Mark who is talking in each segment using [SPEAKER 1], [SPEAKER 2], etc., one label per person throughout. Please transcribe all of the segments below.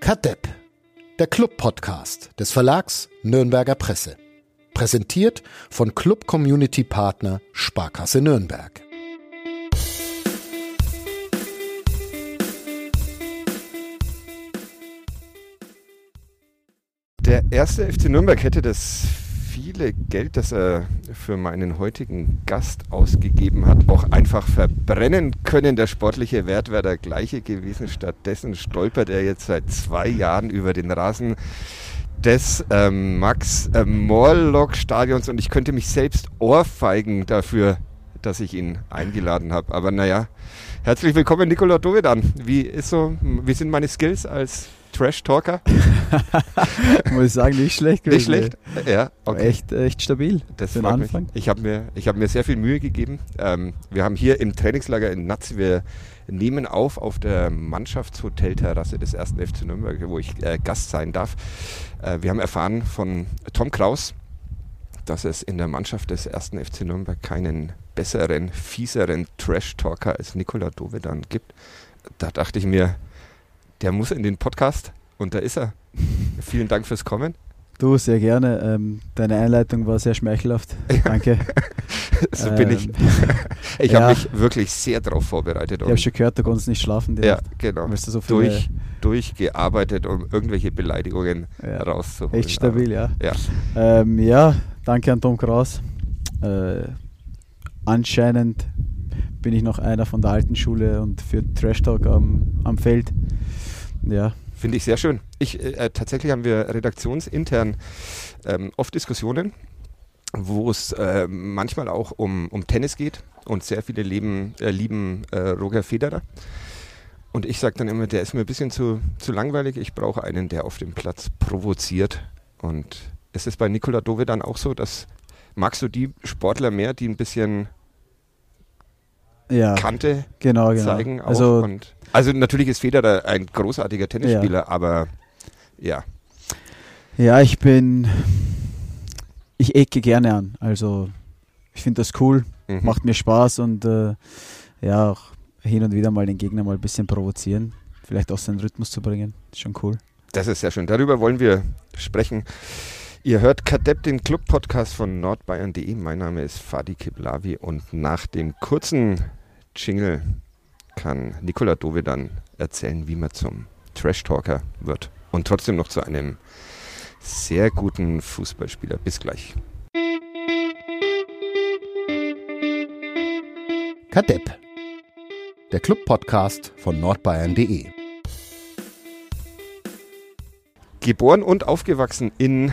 [SPEAKER 1] Kadepp, der Club-Podcast des Verlags Nürnberger Presse. Präsentiert von Club-Community-Partner Sparkasse Nürnberg.
[SPEAKER 2] Der erste FC Nürnberg hätte das viele Geld, das er für meinen heutigen Gast ausgegeben hat, auch einfach verbrennen können. Der sportliche Wert wäre der gleiche gewesen. Stattdessen stolpert er jetzt seit zwei Jahren über den Rasen des ähm, Max äh, Morlock Stadions und ich könnte mich selbst ohrfeigen dafür, dass ich ihn eingeladen habe. Aber naja, herzlich willkommen, Nikola Dovedan. Wie ist so, wie sind meine Skills als Trash-Talker?
[SPEAKER 3] Muss ich sagen, nicht schlecht.
[SPEAKER 2] Nicht schlecht? Ja, okay.
[SPEAKER 3] ne? Echt, echt stabil.
[SPEAKER 2] Das
[SPEAKER 3] für den
[SPEAKER 2] freut mich.
[SPEAKER 3] Anfang.
[SPEAKER 2] Ich habe mir, ich hab mir sehr viel Mühe gegeben. Ähm, wir haben hier im Trainingslager in Natz, wir nehmen auf auf der Mannschaftshotelterrasse des 1. FC Nürnberg, wo ich äh, Gast sein darf. Äh, wir haben erfahren von Tom Kraus, dass es in der Mannschaft des 1. FC Nürnberg keinen besseren, fieseren Trash-Talker als Nikola Dovedan gibt. Da dachte ich mir, der muss in den Podcast und da ist er. Vielen Dank fürs Kommen.
[SPEAKER 3] Du, sehr gerne. Ähm, deine Einleitung war sehr schmeichelhaft. Danke.
[SPEAKER 2] So bin ich.
[SPEAKER 3] Ähm,
[SPEAKER 2] Ich
[SPEAKER 3] Ja.
[SPEAKER 2] habe mich wirklich sehr darauf vorbereitet.
[SPEAKER 3] Ich habe schon gehört, du konntest nicht schlafen.
[SPEAKER 2] ja,
[SPEAKER 3] direkt,
[SPEAKER 2] genau.
[SPEAKER 3] Weil du so viele,
[SPEAKER 2] Durch, durchgearbeitet, um irgendwelche Beleidigungen
[SPEAKER 3] Ja.
[SPEAKER 2] rauszuholen.
[SPEAKER 3] Echt stabil, ja.
[SPEAKER 2] Ja.
[SPEAKER 3] Ähm, ja, danke an Tom Kraus. Äh, anscheinend bin ich noch einer von der alten Schule und für Trash Talk am, am Feld. Ja,
[SPEAKER 2] Finde ich sehr schön. Ich, äh, tatsächlich haben wir redaktionsintern ähm, oft Diskussionen, wo es äh, manchmal auch um, um Tennis geht und sehr viele leben, äh, lieben äh, Roger Federer. Und ich sage dann immer, der ist mir ein bisschen zu, zu langweilig. Ich brauche einen, der auf dem Platz provoziert. Und es ist bei Nikola Dove dann auch so, dass magst du die Sportler mehr, die ein bisschen
[SPEAKER 3] ja
[SPEAKER 2] Kante
[SPEAKER 3] genau, genau.
[SPEAKER 2] zeigen? Auch
[SPEAKER 3] also,
[SPEAKER 2] und, also natürlich ist Federer ein großartiger Tennisspieler, aber ja.
[SPEAKER 3] Ja, ich bin. Ich ecke gerne an. Also, ich finde das cool,
[SPEAKER 2] Mhm.
[SPEAKER 3] macht mir Spaß und äh, ja, auch hin und wieder mal den Gegner mal ein bisschen provozieren. Vielleicht aus seinen Rhythmus zu bringen. Ist schon cool.
[SPEAKER 2] Das ist sehr schön. Darüber wollen wir sprechen. Ihr hört Kadepp, den Club-Podcast von nordbayern.de. Mein Name ist Fadi Kiblavi und nach dem kurzen Jingle kann Nikola Dove dann erzählen, wie man zum Trash-Talker wird und trotzdem noch zu einem sehr guten Fußballspieler. Bis gleich.
[SPEAKER 1] Kadepp, der Club-Podcast von nordbayern.de.
[SPEAKER 2] Geboren und aufgewachsen in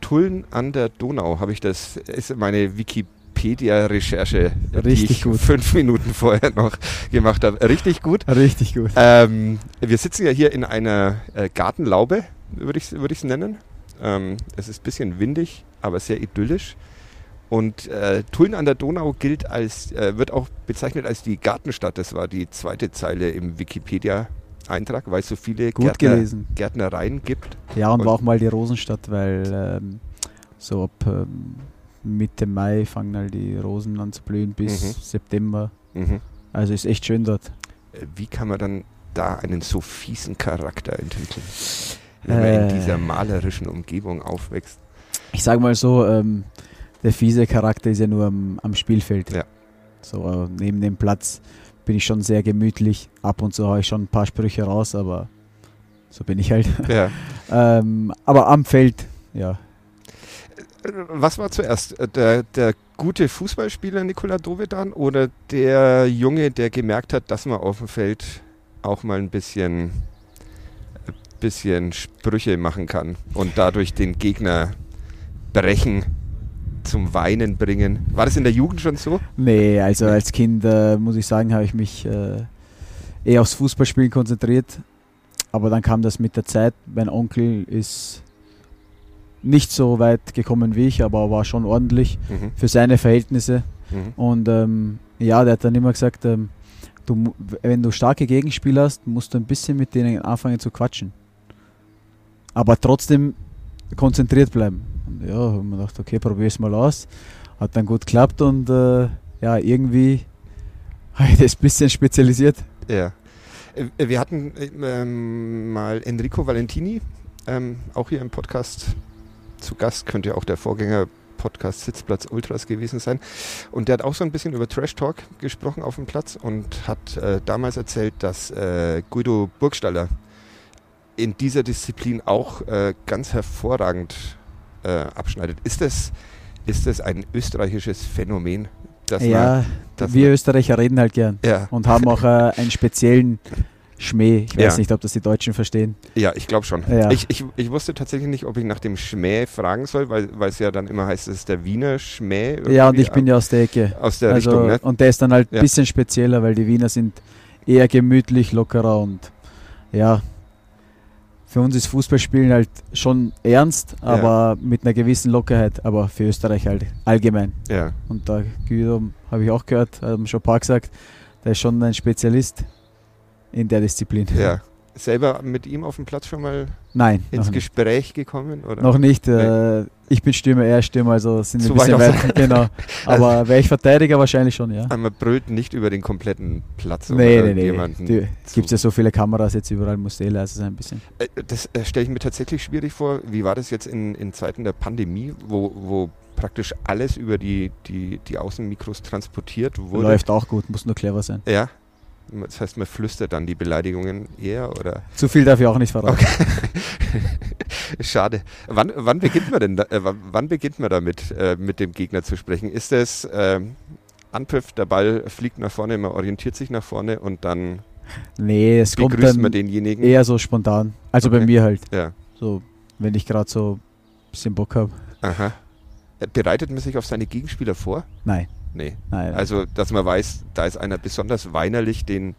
[SPEAKER 2] Tulln an der Donau, habe ich das, ist meine Wikipedia-Recherche, die
[SPEAKER 3] Richtig
[SPEAKER 2] ich
[SPEAKER 3] gut.
[SPEAKER 2] fünf Minuten vorher noch gemacht habe. Richtig gut.
[SPEAKER 3] Richtig gut.
[SPEAKER 2] Ähm, wir sitzen ja hier in einer äh, Gartenlaube, würde ich es nennen. Ähm, es ist ein bisschen windig, aber sehr idyllisch. Und äh, Tulln an der Donau gilt als, äh, wird auch bezeichnet als die Gartenstadt. Das war die zweite Zeile im Wikipedia-Eintrag, weil es so viele
[SPEAKER 3] Gut
[SPEAKER 2] Gärtner,
[SPEAKER 3] gelesen.
[SPEAKER 2] Gärtnereien gibt.
[SPEAKER 3] Ja, und,
[SPEAKER 2] Und-
[SPEAKER 3] war auch mal die Rosenstadt, weil ähm, so ab ähm, Mitte Mai fangen halt die Rosen an zu blühen bis
[SPEAKER 2] Mhm.
[SPEAKER 3] September.
[SPEAKER 2] Mhm.
[SPEAKER 3] Also ist echt schön dort.
[SPEAKER 2] Äh, Wie kann man dann da einen so fiesen Charakter entwickeln, wenn man in
[SPEAKER 3] Äh.
[SPEAKER 2] dieser malerischen Umgebung aufwächst?
[SPEAKER 3] ich sag mal so, ähm, der fiese Charakter ist ja nur am, am Spielfeld.
[SPEAKER 2] Ja.
[SPEAKER 3] So äh, neben dem Platz bin ich schon sehr gemütlich. Ab und zu haue ich schon ein paar Sprüche raus, aber so bin ich halt.
[SPEAKER 2] Ja.
[SPEAKER 3] ähm, aber am Feld, ja.
[SPEAKER 2] Was war zuerst? Äh, Der, der gute Fußballspieler Nikola Dovedan oder der Junge, der gemerkt hat, dass man auf dem Feld auch mal ein bisschen, ein bisschen Sprüche machen kann und dadurch den Gegner brechen, zum Weinen bringen? War das in der Jugend schon so?
[SPEAKER 3] Nee, also als Kind äh, muss ich sagen, habe ich mich äh, eher aufs Fußballspielen konzentriert. Aber dann kam das mit der Zeit. Mein Onkel ist nicht so weit gekommen wie ich, aber war schon ordentlich
[SPEAKER 2] Mhm.
[SPEAKER 3] für seine Verhältnisse.
[SPEAKER 2] Mhm.
[SPEAKER 3] Und ähm, ja, der hat dann immer gesagt, ähm, du, mu- wenn du starke Gegenspieler hast, musst du ein bisschen mit denen anfangen zu quatschen. Aber trotzdem konzentriert bleiben. Und ja, hab mir gedacht, okay, probier's mal aus. Hat dann gut geklappt und äh, ja, irgendwie habe ich das ein bisschen spezialisiert.
[SPEAKER 2] Ja. Äh, Wir hatten ähm, mal Enrico Valentini, ähm, auch hier im Podcast zu Gast, könnte ja auch der Vorgänger Podcast Sitzplatz Ultras gewesen sein. Und der hat auch so ein bisschen über Trash Talk gesprochen auf dem Platz und hat äh, damals erzählt, dass äh, Guido Burgstaller in dieser Disziplin auch äh, ganz hervorragend äh, abschneidet. Ist das, ist das ein österreichisches Phänomen? Dass man,
[SPEAKER 3] ja,
[SPEAKER 2] dass
[SPEAKER 3] wir
[SPEAKER 2] man,
[SPEAKER 3] Österreicher reden halt gern
[SPEAKER 2] ja,
[SPEAKER 3] und haben auch äh, einen speziellen Schmäh. Ich weiß
[SPEAKER 2] Ja.
[SPEAKER 3] nicht, ob das die Deutschen verstehen.
[SPEAKER 2] ja, ich glaube schon.
[SPEAKER 3] Ja.
[SPEAKER 2] Ich, ich, ich wusste tatsächlich nicht, ob ich nach dem Schmäh fragen soll, weil weil es ja dann immer heißt, es ist der Wiener Schmäh.
[SPEAKER 3] ja, und
[SPEAKER 2] irgendwie
[SPEAKER 3] ich bin ja aus der Ecke.
[SPEAKER 2] aus der
[SPEAKER 3] also,
[SPEAKER 2] Richtung. Ne?
[SPEAKER 3] Und der ist dann halt ein
[SPEAKER 2] Ja.
[SPEAKER 3] bisschen spezieller, weil die Wiener sind eher gemütlich, lockerer und ja. Für uns ist Fußballspielen halt schon ernst, aber mit einer gewissen Lockerheit, aber für Österreich halt allgemein.
[SPEAKER 2] Ja.
[SPEAKER 3] Und da Guido, habe ich auch gehört, haben schon ein paar gesagt, der ist schon ein Spezialist in der Disziplin.
[SPEAKER 2] ja. Selber mit ihm auf dem Platz schon mal
[SPEAKER 3] Nein, noch
[SPEAKER 2] ins
[SPEAKER 3] nicht.
[SPEAKER 2] Gespräch gekommen? Oder?
[SPEAKER 3] Noch nicht äh, ich bin Stürmer, er ist Stürmer, also sind wir
[SPEAKER 2] Zu
[SPEAKER 3] ein bisschen
[SPEAKER 2] weit
[SPEAKER 3] weit. Genau. Aber wäre ich Verteidiger wahrscheinlich schon, ja.
[SPEAKER 2] Einmal brüllt nicht über den kompletten Platz
[SPEAKER 3] Nee,
[SPEAKER 2] oder
[SPEAKER 3] nee, nee.
[SPEAKER 2] jemanden.
[SPEAKER 3] nee.
[SPEAKER 2] zu-
[SPEAKER 3] Gibt ja so viele Kameras jetzt überall, muss der also sein ein bisschen.
[SPEAKER 2] Äh, Das äh, stelle ich mir tatsächlich schwierig vor. Wie war das jetzt in, in Zeiten der Pandemie, wo, wo praktisch alles über die, die, die Außenmikros transportiert wurde?
[SPEAKER 3] Läuft auch gut, muss nur clever sein.
[SPEAKER 2] Ja. Das heißt, man flüstert dann die Beleidigungen eher oder?
[SPEAKER 3] Zu viel darf ich auch nicht verraten.
[SPEAKER 2] Schade. Wann, wann beginnt man denn? Da, äh, wann- wann beginnt man damit, äh, mit dem Gegner zu sprechen? Ist es ähm, Anpfiff, der Ball fliegt nach vorne, man orientiert sich nach vorne und dann
[SPEAKER 3] Nee, es kommt
[SPEAKER 2] begrüßt man
[SPEAKER 3] dann
[SPEAKER 2] denjenigen?
[SPEAKER 3] eher so spontan. Also bei
[SPEAKER 2] Okay.
[SPEAKER 3] mir halt.
[SPEAKER 2] Ja.
[SPEAKER 3] So, wenn ich gerade so ein bisschen Bock habe.
[SPEAKER 2] Aha. Äh, Bereitet man sich auf seine Gegenspieler vor?
[SPEAKER 3] Nein,
[SPEAKER 2] Nee.
[SPEAKER 3] nein.
[SPEAKER 2] Also, dass man weiß, da ist einer besonders weinerlich, den,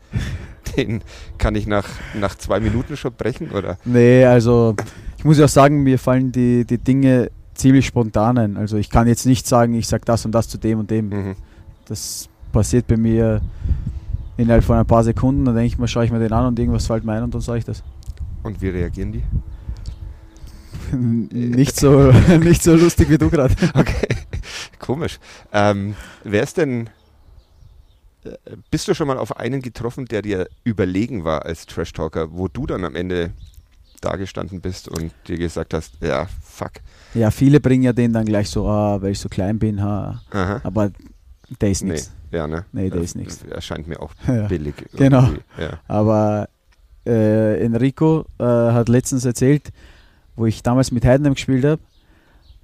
[SPEAKER 2] den kann ich nach, nach zwei Minuten schon brechen, oder?
[SPEAKER 3] Nee, also ich muss ja auch sagen, mir fallen die, die Dinge ziemlich spontan ein. Also ich kann jetzt nicht sagen, ich sag das und das zu dem und dem.
[SPEAKER 2] Mhm.
[SPEAKER 3] Das passiert bei mir innerhalb von ein paar Sekunden. Dann denke ich mal, schaue ich mir den an und irgendwas fällt mir ein und dann sage ich das.
[SPEAKER 2] Und wie reagieren die?
[SPEAKER 3] nicht, so, nicht so lustig wie du gerade.
[SPEAKER 2] Okay, komisch. Ähm, Wer ist denn. äh, Bist du schon mal auf einen getroffen, der dir überlegen war als Trash Talker, wo du dann am Ende dagestanden bist und dir gesagt hast, ja, fuck.
[SPEAKER 3] Ja, viele bringen ja den dann gleich so, ah, weil ich so klein bin, ha.
[SPEAKER 2] Aha.
[SPEAKER 3] Aber der ist
[SPEAKER 2] Nee.
[SPEAKER 3] nichts.
[SPEAKER 2] Ja, ne?
[SPEAKER 3] Nee, der
[SPEAKER 2] Das
[SPEAKER 3] ist nix.
[SPEAKER 2] Erscheint mir auch
[SPEAKER 3] Ja.
[SPEAKER 2] billig.
[SPEAKER 3] Genau.
[SPEAKER 2] irgendwie. Ja.
[SPEAKER 3] Aber äh, Enrico äh, hat letztens erzählt, wo ich damals mit Heidenheim gespielt habe,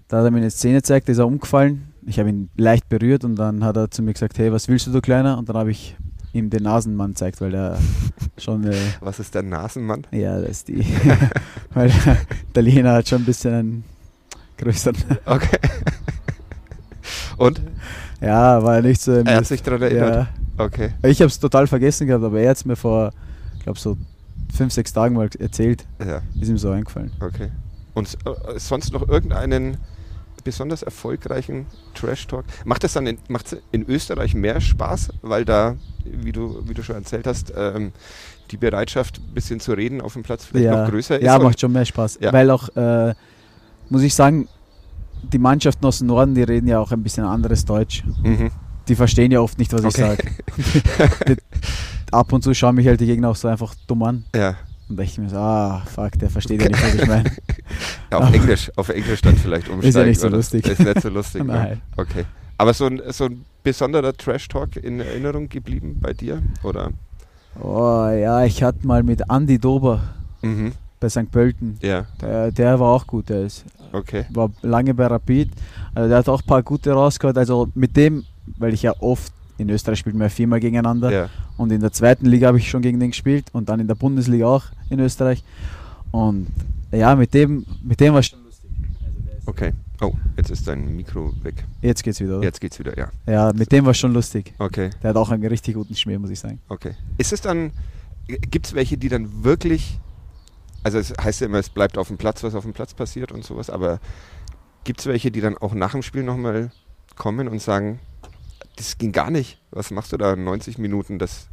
[SPEAKER 3] da hat er mir eine Szene gezeigt, da ist er umgefallen. Ich habe ihn leicht berührt und dann hat er zu mir gesagt, hey, was willst du, du Kleiner? Und dann habe ich ihm den Nasenmann gezeigt, weil der schon, äh,
[SPEAKER 2] Was ist der Nasenmann?
[SPEAKER 3] ja, das ist die, weil der Italiener hat schon ein bisschen einen größeren,
[SPEAKER 2] Okay. Und?
[SPEAKER 3] ja, war nicht so,
[SPEAKER 2] Er hat sich daran erinnert.
[SPEAKER 3] Ähm, ja,
[SPEAKER 2] Okay.
[SPEAKER 3] ich habe es total vergessen gehabt, aber er hat es mir vor, glaube so fünf, sechs Tagen mal erzählt,
[SPEAKER 2] Ja,
[SPEAKER 3] ist ihm so eingefallen.
[SPEAKER 2] okay. Und äh, sonst noch irgendeinen besonders erfolgreichen Trash Talk? Macht das dann in, macht's in Österreich mehr Spaß, weil da, wie du, wie du schon erzählt hast, ähm, die Bereitschaft, ein bisschen zu reden auf dem Platz vielleicht
[SPEAKER 3] ja.
[SPEAKER 2] noch größer ist?
[SPEAKER 3] Ja,
[SPEAKER 2] und-
[SPEAKER 3] macht schon mehr Spaß.
[SPEAKER 2] Ja.
[SPEAKER 3] Weil auch, äh, muss ich sagen, die Mannschaften aus dem Norden, die reden ja auch ein bisschen anderes Deutsch.
[SPEAKER 2] Mhm.
[SPEAKER 3] Die verstehen ja oft nicht, was
[SPEAKER 2] Okay.
[SPEAKER 3] ich sage. Ab und zu schauen mich halt die Gegner auch so einfach dumm an.
[SPEAKER 2] Ja,
[SPEAKER 3] Und dachte ich mir so, ah, fuck, der versteht ja nicht, was ich meine.
[SPEAKER 2] Ja, auf
[SPEAKER 3] Aber-
[SPEAKER 2] Englisch, auf Englisch dann vielleicht umsteigen.
[SPEAKER 3] nicht so
[SPEAKER 2] oder?
[SPEAKER 3] lustig.
[SPEAKER 2] Ist nicht so lustig. Ne?
[SPEAKER 3] Nein.
[SPEAKER 2] Okay. Aber so ein, so ein besonderer Trash Talk in Erinnerung geblieben bei dir? Oder?
[SPEAKER 3] Oh ja, ich hatte mal mit Andy Dober
[SPEAKER 2] Mhm.
[SPEAKER 3] bei St. Pölten.
[SPEAKER 2] Ja,
[SPEAKER 3] Der, der war auch gut, der ist
[SPEAKER 2] okay.
[SPEAKER 3] war lange bei Rapid. Also der hat auch ein paar gute rausgehört. Also mit dem, weil ich ja oft in Österreich spielt man ja viermal gegeneinander.
[SPEAKER 2] Ja.
[SPEAKER 3] Und in der zweiten Liga habe ich schon gegen den gespielt und dann in der Bundesliga auch in Österreich. Und ja, mit dem, mit dem war schon lustig. Also der ist-
[SPEAKER 2] Okay. Oh, jetzt ist dein Mikro weg.
[SPEAKER 3] Jetzt geht's wieder, oder?
[SPEAKER 2] Jetzt geht's wieder, ja.
[SPEAKER 3] Ja, mit dem war schon lustig.
[SPEAKER 2] Okay,
[SPEAKER 3] Der hat auch einen richtig guten Schmäh, muss ich sagen.
[SPEAKER 2] okay. Ist es dann, gibt's welche, die dann wirklich, also es heißt ja immer, es bleibt auf dem Platz, was auf dem Platz passiert und sowas, aber gibt's welche, die dann auch nach dem Spiel nochmal kommen und sagen, das ging gar nicht, was machst du da 90 Minuten, das,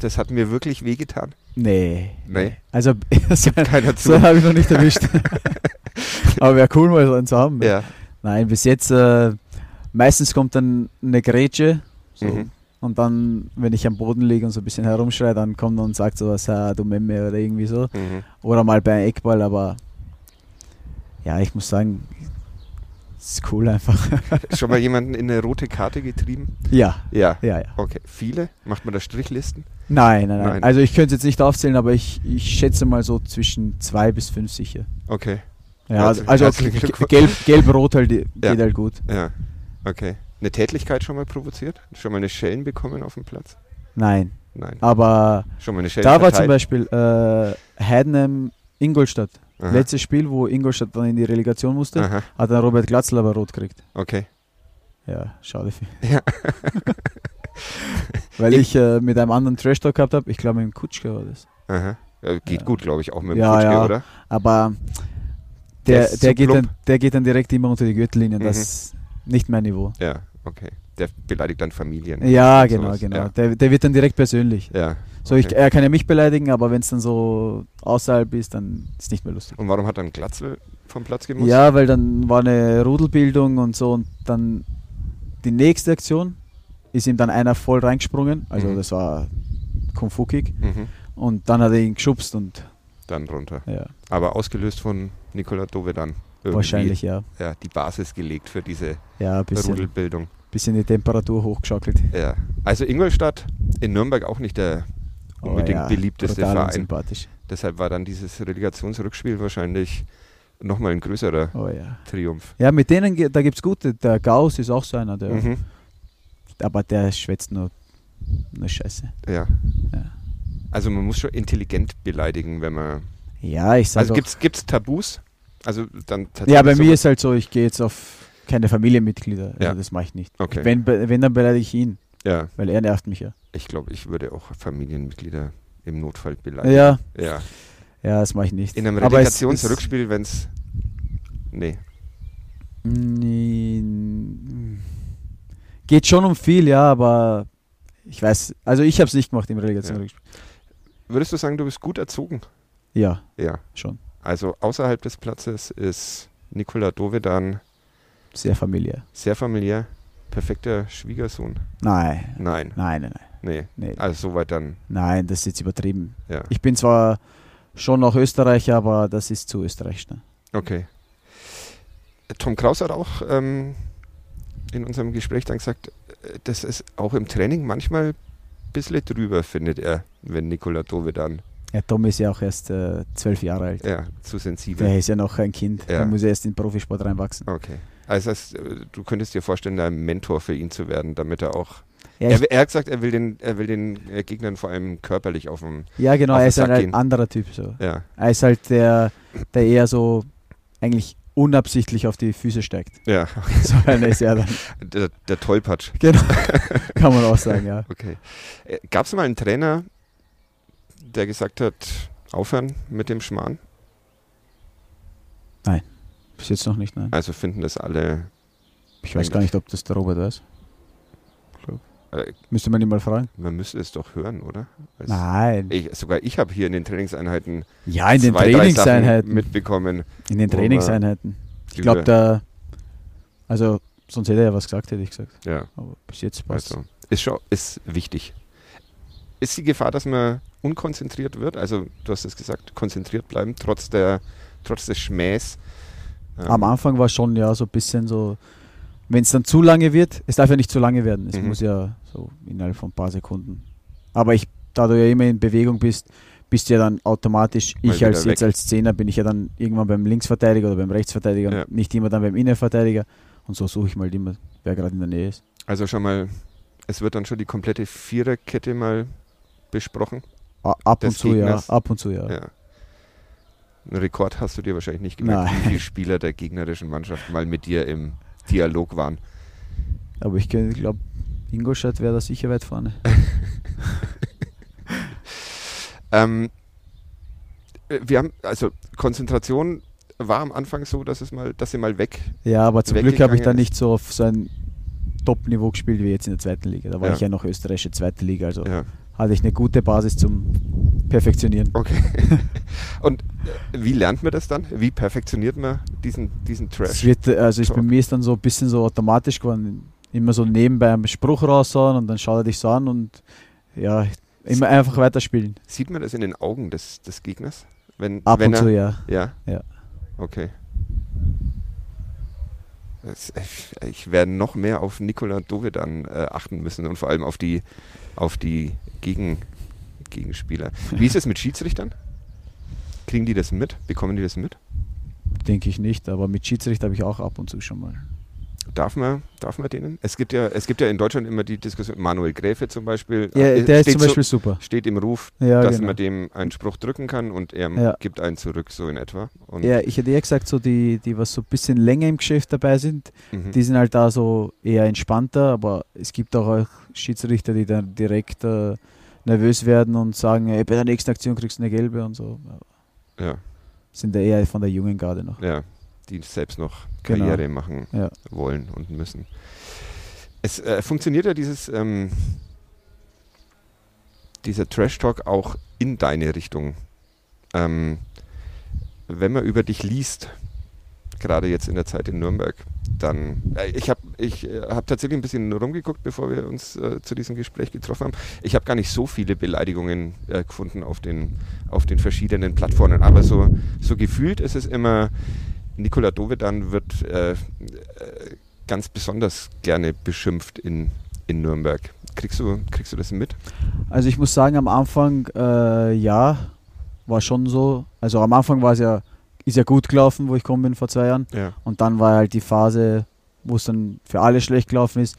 [SPEAKER 2] das hat mir wirklich wehgetan?
[SPEAKER 3] Nee.
[SPEAKER 2] Nee.
[SPEAKER 3] Also so,
[SPEAKER 2] Keiner zu.
[SPEAKER 3] so habe ich noch nicht erwischt. Aber wäre cool, mal so einen zu haben.
[SPEAKER 2] Ja,
[SPEAKER 3] Nein, bis jetzt äh, meistens kommt dann eine Grätsche. So,
[SPEAKER 2] Mhm.
[SPEAKER 3] Und dann, wenn ich am Boden liege und so ein bisschen herumschreie, dann kommt er und sagt sowas, ah, du Memme oder irgendwie so.
[SPEAKER 2] Mhm.
[SPEAKER 3] Oder mal bei einem Eckball, aber ja, ich muss sagen, ist cool einfach.
[SPEAKER 2] Schon mal jemanden in eine rote Karte getrieben?
[SPEAKER 3] ja,
[SPEAKER 2] Ja.
[SPEAKER 3] ja, ja.
[SPEAKER 2] Okay. Viele? Macht man da Strichlisten?
[SPEAKER 3] Nein, nein, nein.
[SPEAKER 2] Nein.
[SPEAKER 3] Also ich könnte es jetzt nicht aufzählen, aber ich, ich schätze mal so zwischen zwei bis fünf sicher.
[SPEAKER 2] Okay.
[SPEAKER 3] Ja, also,
[SPEAKER 2] Herzlichen-
[SPEAKER 3] also
[SPEAKER 2] herzlichen
[SPEAKER 3] ge-
[SPEAKER 2] Glückwunsch.
[SPEAKER 3] gelb, gelb-rot halt, geht
[SPEAKER 2] Ja.
[SPEAKER 3] halt gut.
[SPEAKER 2] Ja. Okay. Eine Tätlichkeit schon mal provoziert? Schon mal eine Schellen bekommen auf dem Platz?
[SPEAKER 3] Nein,
[SPEAKER 2] Nein.
[SPEAKER 3] aber
[SPEAKER 2] Schon mal eine Schellen
[SPEAKER 3] da war zum
[SPEAKER 2] verteilt?
[SPEAKER 3] Beispiel äh, Heidenheim Ingolstadt.
[SPEAKER 2] Aha. Ah.
[SPEAKER 3] Letztes Spiel, wo Ingolstadt dann in die Relegation musste,
[SPEAKER 2] Aha.
[SPEAKER 3] hat dann Robert Glatzl aber rot gekriegt.
[SPEAKER 2] Okay.
[SPEAKER 3] Ja, schade für
[SPEAKER 2] Ja.
[SPEAKER 3] Weil ich äh, mit einem anderen Trash-Talk gehabt habe, ich glaube mit dem Kutschke war das.
[SPEAKER 2] Aha. Ja, geht
[SPEAKER 3] Ja.
[SPEAKER 2] gut, glaube ich, auch mit dem
[SPEAKER 3] Ja,
[SPEAKER 2] Kutschke,
[SPEAKER 3] ja.
[SPEAKER 2] oder?
[SPEAKER 3] Aber
[SPEAKER 2] Der
[SPEAKER 3] der,
[SPEAKER 2] ist
[SPEAKER 3] der,
[SPEAKER 2] zu
[SPEAKER 3] geht,
[SPEAKER 2] plump.
[SPEAKER 3] dann, der geht dann direkt immer unter die Gürtellinie.
[SPEAKER 2] Mhm.
[SPEAKER 3] Das ist nicht mein Niveau.
[SPEAKER 2] Ja, okay. Der beleidigt dann Familien.
[SPEAKER 3] Ja,
[SPEAKER 2] und
[SPEAKER 3] genau,
[SPEAKER 2] sowas.
[SPEAKER 3] genau. Der, der wird dann direkt persönlich.
[SPEAKER 2] Ja. ja.
[SPEAKER 3] So, ich, er kann ja mich beleidigen, aber wenn es dann so außerhalb ist, dann ist nicht mehr lustig.
[SPEAKER 2] Und warum hat dann Glatzel vom Platz gemusst?
[SPEAKER 3] Ja, weil dann war eine Rudelbildung und so und dann die nächste Aktion ist ihm dann einer voll reingesprungen. Also
[SPEAKER 2] Mhm.
[SPEAKER 3] das war Kung Fu Kick
[SPEAKER 2] Mhm.
[SPEAKER 3] und dann hat er ihn geschubst und
[SPEAKER 2] Dann runter.
[SPEAKER 3] ja,
[SPEAKER 2] Aber ausgelöst von Nikola Dove dann. irgendwie,
[SPEAKER 3] wahrscheinlich ja.
[SPEAKER 2] Ja, die Basis gelegt für diese
[SPEAKER 3] Ja, ein bisschen,
[SPEAKER 2] Rudelbildung.
[SPEAKER 3] bisschen die Temperatur hochgeschaukelt.
[SPEAKER 2] Ja. Also Ingolstadt in Nürnberg auch nicht der
[SPEAKER 3] Aber
[SPEAKER 2] unbedingt
[SPEAKER 3] ja,
[SPEAKER 2] beliebteste
[SPEAKER 3] brutal
[SPEAKER 2] Verein.
[SPEAKER 3] sympathisch.
[SPEAKER 2] Deshalb war dann dieses Relegationsrückspiel wahrscheinlich nochmal ein größerer
[SPEAKER 3] Oh ja.
[SPEAKER 2] Triumph.
[SPEAKER 3] Ja, mit denen, ge- da gibt es gute. Der Gauss ist auch so einer, der
[SPEAKER 2] Mhm.
[SPEAKER 3] aber der schwätzt nur, nur Scheiße.
[SPEAKER 2] Ja.
[SPEAKER 3] Ja.
[SPEAKER 2] Also man muss schon intelligent beleidigen, wenn man.
[SPEAKER 3] Ja, ich sag
[SPEAKER 2] Also
[SPEAKER 3] also
[SPEAKER 2] gibt's, gibt's Tabus? Also dann tatsächlich
[SPEAKER 3] Ja, bei mir
[SPEAKER 2] sowas-
[SPEAKER 3] ist halt so, ich gehe jetzt auf keine Familienmitglieder. Also
[SPEAKER 2] Ja.
[SPEAKER 3] das mache ich nicht.
[SPEAKER 2] Okay.
[SPEAKER 3] Wenn, be- wenn, dann beleidige ich ihn,
[SPEAKER 2] ja,
[SPEAKER 3] weil er nervt mich ja.
[SPEAKER 2] ich glaube, ich würde auch Familienmitglieder im Notfall beleidigen.
[SPEAKER 3] Ja,
[SPEAKER 2] Ja.
[SPEAKER 3] ja, das mache ich nicht.
[SPEAKER 2] In einem
[SPEAKER 3] Aber es-
[SPEAKER 2] Relegationsrückspiel, wenn es. Nee.
[SPEAKER 3] es- Nee, mm, Geht schon um viel, ja, aber ich weiß, also ich habe es nicht gemacht im Relegationsrückspiel.
[SPEAKER 2] Würdest du sagen, du bist gut erzogen?
[SPEAKER 3] Ja.
[SPEAKER 2] Ja.
[SPEAKER 3] schon.
[SPEAKER 2] Also außerhalb des Platzes ist Nikola Dovedan
[SPEAKER 3] Sehr familiär.
[SPEAKER 2] sehr familiär, perfekter Schwiegersohn.
[SPEAKER 3] Nein,
[SPEAKER 2] Nein,
[SPEAKER 3] nein, nein,
[SPEAKER 2] nee.
[SPEAKER 3] nein. Nee.
[SPEAKER 2] Also soweit dann,
[SPEAKER 3] Nein, das ist jetzt übertrieben.
[SPEAKER 2] ja.
[SPEAKER 3] Ich bin zwar schon noch Österreicher, aber das ist zu österreichisch. Ne?
[SPEAKER 2] Okay. Tom Kraus hat auch ähm, in unserem Gespräch dann gesagt, äh, das ist auch im Training manchmal ein bisschen drüber, findet er, wenn Nikola Dovedan
[SPEAKER 3] Ja, Tom ist ja auch erst äh, zwölf Jahre alt.
[SPEAKER 2] ja, zu sensibel
[SPEAKER 3] Der ist ja noch ein Kind.
[SPEAKER 2] Ja.
[SPEAKER 3] Der muss ja erst in den Profisport reinwachsen.
[SPEAKER 2] Okay. Also das heißt, äh, du könntest dir vorstellen, da ein Mentor für ihn zu werden, damit er auch.
[SPEAKER 3] Ja,
[SPEAKER 2] er,
[SPEAKER 3] ich,
[SPEAKER 2] will- er hat gesagt, er will den, er will den äh, Gegnern vor allem körperlich auf dem.
[SPEAKER 3] ja genau,
[SPEAKER 2] auf den
[SPEAKER 3] er ist
[SPEAKER 2] Sack
[SPEAKER 3] halt
[SPEAKER 2] gehen.
[SPEAKER 3] ein anderer Typ. So.
[SPEAKER 2] Ja,
[SPEAKER 3] Er ist halt der, der eher so eigentlich unabsichtlich auf die Füße steigt.
[SPEAKER 2] ja.
[SPEAKER 3] So einer ist er dann.
[SPEAKER 2] Der, der Tollpatsch.
[SPEAKER 3] Genau. Kann man auch sagen, ja.
[SPEAKER 2] Okay. Gab es mal einen Trainer, der gesagt hat, aufhören mit dem Schmarrn?
[SPEAKER 3] Bis jetzt noch nicht, nein.
[SPEAKER 2] Also finden das alle.
[SPEAKER 3] Ich weiß gar nicht, ob das der Robert weiß.
[SPEAKER 2] Äh,
[SPEAKER 3] Müsste man ihn mal fragen.
[SPEAKER 2] man müsste es doch hören, oder? Es-
[SPEAKER 3] Nein.
[SPEAKER 2] Ich, sogar ich habe hier in den Trainingseinheiten
[SPEAKER 3] Ja, in den
[SPEAKER 2] zwei, drei Sachen
[SPEAKER 3] Trainingseinheiten.
[SPEAKER 2] mitbekommen.
[SPEAKER 3] in den
[SPEAKER 2] wo man-
[SPEAKER 3] Trainingseinheiten. Ich glaube, da. Also, sonst hätte er ja was gesagt, hätte ich gesagt.
[SPEAKER 2] Ja.
[SPEAKER 3] Aber bis jetzt passt.
[SPEAKER 2] Also, ist, schon, ist wichtig. Ist die Gefahr, dass man unkonzentriert wird? Also, du hast es gesagt, konzentriert bleiben, trotz, der, trotz des Schmähs. Ähm,
[SPEAKER 3] Am Anfang war schon ja so ein bisschen so, wenn es dann zu lange wird, es darf ja nicht zu lange werden, es
[SPEAKER 2] Mhm.
[SPEAKER 3] muss ja so innerhalb von ein paar Sekunden. Aber ich, da du ja immer in Bewegung bist, bist du ja dann automatisch,
[SPEAKER 2] Mal
[SPEAKER 3] ich als
[SPEAKER 2] wieder
[SPEAKER 3] jetzt
[SPEAKER 2] weg.
[SPEAKER 3] als Zehner bin ich ja dann irgendwann beim Linksverteidiger oder beim Rechtsverteidiger,
[SPEAKER 2] Ja.
[SPEAKER 3] und nicht immer dann beim Innenverteidiger und so suche ich mal immer, wer gerade in der Nähe ist.
[SPEAKER 2] Also, schon mal, es wird dann schon die komplette Viererkette mal besprochen.
[SPEAKER 3] A- Ab
[SPEAKER 2] Des
[SPEAKER 3] und zu ja,
[SPEAKER 2] Gegners.
[SPEAKER 3] ab und zu ja.
[SPEAKER 2] Ja. Einen Rekord hast du dir wahrscheinlich nicht gemerkt,
[SPEAKER 3] Nein.
[SPEAKER 2] wie viele Spieler der gegnerischen Mannschaft mal mit dir im Dialog waren.
[SPEAKER 3] Aber ich glaube, Ingolstadt wäre da sicher weit vorne.
[SPEAKER 2] Ähm, äh, wir haben, also Konzentration war am Anfang so, dass es mal, dass sie mal weg.
[SPEAKER 3] Ja, aber zum Glück habe ich da
[SPEAKER 2] weggegangen
[SPEAKER 3] nicht so auf so ein Top-Niveau gespielt wie jetzt in der zweiten Liga. Da war
[SPEAKER 2] Ja.
[SPEAKER 3] ich ja noch österreichische zweite Liga, also
[SPEAKER 2] Ja.
[SPEAKER 3] hatte ich eine gute Basis zum Perfektionieren.
[SPEAKER 2] Okay. Und äh, wie lernt man das dann? Wie perfektioniert man diesen, diesen
[SPEAKER 3] Das
[SPEAKER 2] Trash?
[SPEAKER 3] wird, also ich, bei
[SPEAKER 2] Talk.
[SPEAKER 3] mir ist dann so ein bisschen so automatisch geworden. immer so nebenbei einen Spruch raushauen und dann schaut er dich so an und ja, immer einfach weiterspielen.
[SPEAKER 2] Sieht man das in den Augen des, des Gegners? Wenn,
[SPEAKER 3] Ab
[SPEAKER 2] wenn
[SPEAKER 3] und
[SPEAKER 2] er,
[SPEAKER 3] zu, ja.
[SPEAKER 2] Ja?
[SPEAKER 3] Ja.
[SPEAKER 2] Okay. Das, ich, ich werde noch mehr auf Nikola Dovedan äh, achten müssen und vor allem auf die, auf die Gegen, Gegenspieler. Wie ist es mit Schiedsrichtern? Kriegen die das mit? Bekommen die das mit?
[SPEAKER 3] Denke ich nicht, aber mit Schiedsrichter habe ich auch ab und zu schon mal.
[SPEAKER 2] Darf man, darf man denen? Es gibt, ja, es gibt ja in Deutschland immer die Diskussion, Manuel Gräfe zum Beispiel.
[SPEAKER 3] Ja,
[SPEAKER 2] äh,
[SPEAKER 3] der ist
[SPEAKER 2] steht
[SPEAKER 3] zum Beispiel super.
[SPEAKER 2] So, steht im Ruf,
[SPEAKER 3] Ja,
[SPEAKER 2] dass
[SPEAKER 3] genau.
[SPEAKER 2] man dem einen Spruch drücken kann und er
[SPEAKER 3] Ja.
[SPEAKER 2] gibt einen zurück, so in etwa. Und,
[SPEAKER 3] ja, ich hätte eher gesagt, so die, die was so ein bisschen länger im Geschäft dabei sind,
[SPEAKER 2] mhm.
[SPEAKER 3] die sind halt da so eher entspannter, aber es gibt auch, auch Schiedsrichter, die dann direkt äh, nervös werden und sagen, ey, bei der nächsten Aktion kriegst du eine gelbe und so.
[SPEAKER 2] ja.
[SPEAKER 3] Sind da eher von der jungen Garde noch.
[SPEAKER 2] Ja, die selbst noch
[SPEAKER 3] Genau.
[SPEAKER 2] Karriere machen
[SPEAKER 3] Ja.
[SPEAKER 2] wollen und müssen. Es äh, funktioniert ja dieses ähm, dieser Trash Talk auch in deine Richtung. Ähm, wenn man über dich liest, gerade jetzt in der Zeit in Nürnberg, dann äh, ich habe ich äh, habe tatsächlich ein bisschen rumgeguckt, bevor wir uns äh, zu diesem Gespräch getroffen haben. Ich habe gar nicht so viele Beleidigungen äh, gefunden auf den auf den verschiedenen Plattformen, aber so so gefühlt ist es immer Nikola Dovedan wird äh, äh, ganz besonders gerne beschimpft in, in Nürnberg. Kriegst du, kriegst du das mit?
[SPEAKER 3] Also ich muss sagen, am Anfang, äh, ja, war schon so. Also am Anfang war es ja, ist ja gut gelaufen, wo ich gekommen bin vor zwei Jahren.
[SPEAKER 2] Ja.
[SPEAKER 3] Und dann war halt die Phase, wo es dann für alle schlecht gelaufen ist.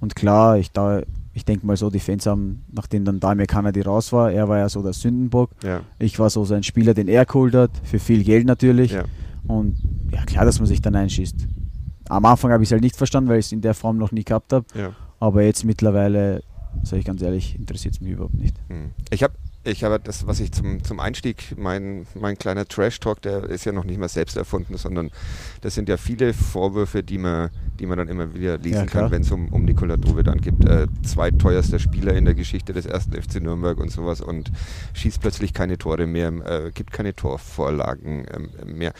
[SPEAKER 3] Und klar, ich, da, ich denke mal so, die Fans haben, nachdem dann Damir Kanadi raus war, er war ja so der Sündenbock.
[SPEAKER 2] Ja.
[SPEAKER 3] Ich war so sein Spieler, den er geholt hat, für viel Geld natürlich.
[SPEAKER 2] Ja.
[SPEAKER 3] Und ja, klar, dass man sich dann einschießt. Am Anfang habe ich es halt nicht verstanden, weil ich es in der Form noch nie gehabt habe.
[SPEAKER 2] ja.
[SPEAKER 3] Aber jetzt mittlerweile, sage ich ganz ehrlich, interessiert es mich überhaupt nicht.
[SPEAKER 2] Hm. Ich habe ich hab das, was ich zum, zum Einstieg, mein, mein kleiner Trash-Talk, der ist ja noch nicht mal selbst erfunden, sondern das sind ja viele Vorwürfe, die man, die man dann immer wieder lesen
[SPEAKER 3] Ja, klar.
[SPEAKER 2] kann, wenn es um, um Nikola Dovedan gibt. Äh, zweiteuerster Spieler in der Geschichte des ersten FC Nürnberg und sowas und schießt plötzlich keine Tore mehr, äh, gibt keine Torvorlagen ähm, mehr.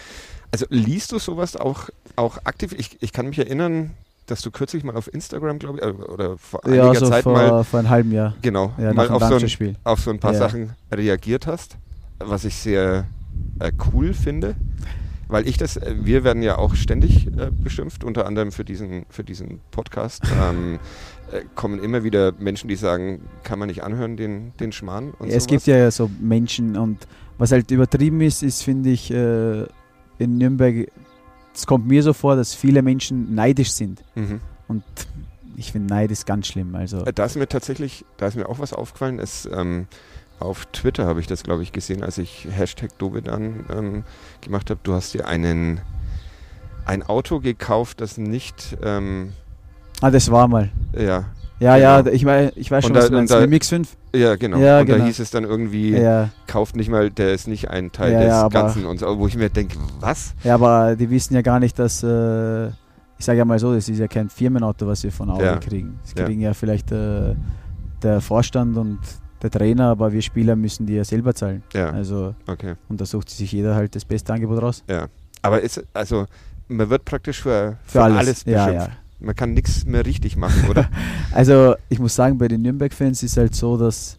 [SPEAKER 2] Also liest du sowas auch, auch aktiv? Ich, ich kann mich erinnern, dass du kürzlich mal auf Instagram, glaube ich, äh, oder vor einiger
[SPEAKER 3] ja, so
[SPEAKER 2] Zeit
[SPEAKER 3] vor,
[SPEAKER 2] mal,
[SPEAKER 3] vor einem halben Jahr.
[SPEAKER 2] genau,
[SPEAKER 3] Ja,
[SPEAKER 2] mal auf
[SPEAKER 3] nach dem
[SPEAKER 2] so ein
[SPEAKER 3] Darmstadt-Spiel.
[SPEAKER 2] auf so ein paar
[SPEAKER 3] Ja.
[SPEAKER 2] Sachen reagiert hast, was ich sehr äh, cool finde. Weil ich das, äh, wir werden ja auch ständig äh, beschimpft, unter anderem für diesen, für diesen Podcast. Ähm, äh, kommen immer wieder Menschen, die sagen, kann man nicht anhören, den, den Schmarrn und
[SPEAKER 3] es
[SPEAKER 2] sowas.
[SPEAKER 3] gibt ja so Menschen und was halt übertrieben ist, ist, finde ich, äh, in Nürnberg, es kommt mir so vor, dass viele Menschen neidisch sind.
[SPEAKER 2] Mhm.
[SPEAKER 3] Und ich finde Neid ist ganz schlimm. Also
[SPEAKER 2] Äh, Da ist mir tatsächlich, da ist mir auch was aufgefallen. Es, ähm, auf Twitter habe ich das, glaube ich, gesehen, als ich Hashtag Dovedan ähm, gemacht habe. Du hast dir einen, ein Auto gekauft, das nicht, ähm,
[SPEAKER 3] Ah, das war mal.
[SPEAKER 2] ja,
[SPEAKER 3] Ja, ja,
[SPEAKER 2] Genau.
[SPEAKER 3] ich, wei- ich weiß schon,
[SPEAKER 2] Und da-
[SPEAKER 3] was du meinst.
[SPEAKER 2] und da-
[SPEAKER 3] Mit Mix 5?
[SPEAKER 2] Ja, genau.
[SPEAKER 3] Ja,
[SPEAKER 2] und da
[SPEAKER 3] genau.
[SPEAKER 2] hieß es dann irgendwie,
[SPEAKER 3] Ja.
[SPEAKER 2] kauft nicht mal, der ist nicht ein Teil
[SPEAKER 3] Ja,
[SPEAKER 2] des
[SPEAKER 3] ja, aber-
[SPEAKER 2] Ganzen und so, wo ich mir denke, was?
[SPEAKER 3] ja, aber die wissen ja gar nicht, dass, äh, ich sage ja mal so, das ist ja kein Firmenauto, was wir von Audi
[SPEAKER 2] Ja.
[SPEAKER 3] kriegen. Das
[SPEAKER 2] Ja.
[SPEAKER 3] kriegen ja, vielleicht äh, der Vorstand und der Trainer, aber wir Spieler müssen die ja selber zahlen.
[SPEAKER 2] Ja,
[SPEAKER 3] Also,
[SPEAKER 2] okay.
[SPEAKER 3] und da sucht sich jeder halt das beste Angebot raus.
[SPEAKER 2] Aber ist, also, man wird praktisch für, für,
[SPEAKER 3] Für alles.
[SPEAKER 2] alles
[SPEAKER 3] ja,
[SPEAKER 2] beschimpft.
[SPEAKER 3] ja.
[SPEAKER 2] Man kann nichts mehr richtig machen, oder?
[SPEAKER 3] Also ich muss sagen, bei den Nürnberg-Fans ist halt so, dass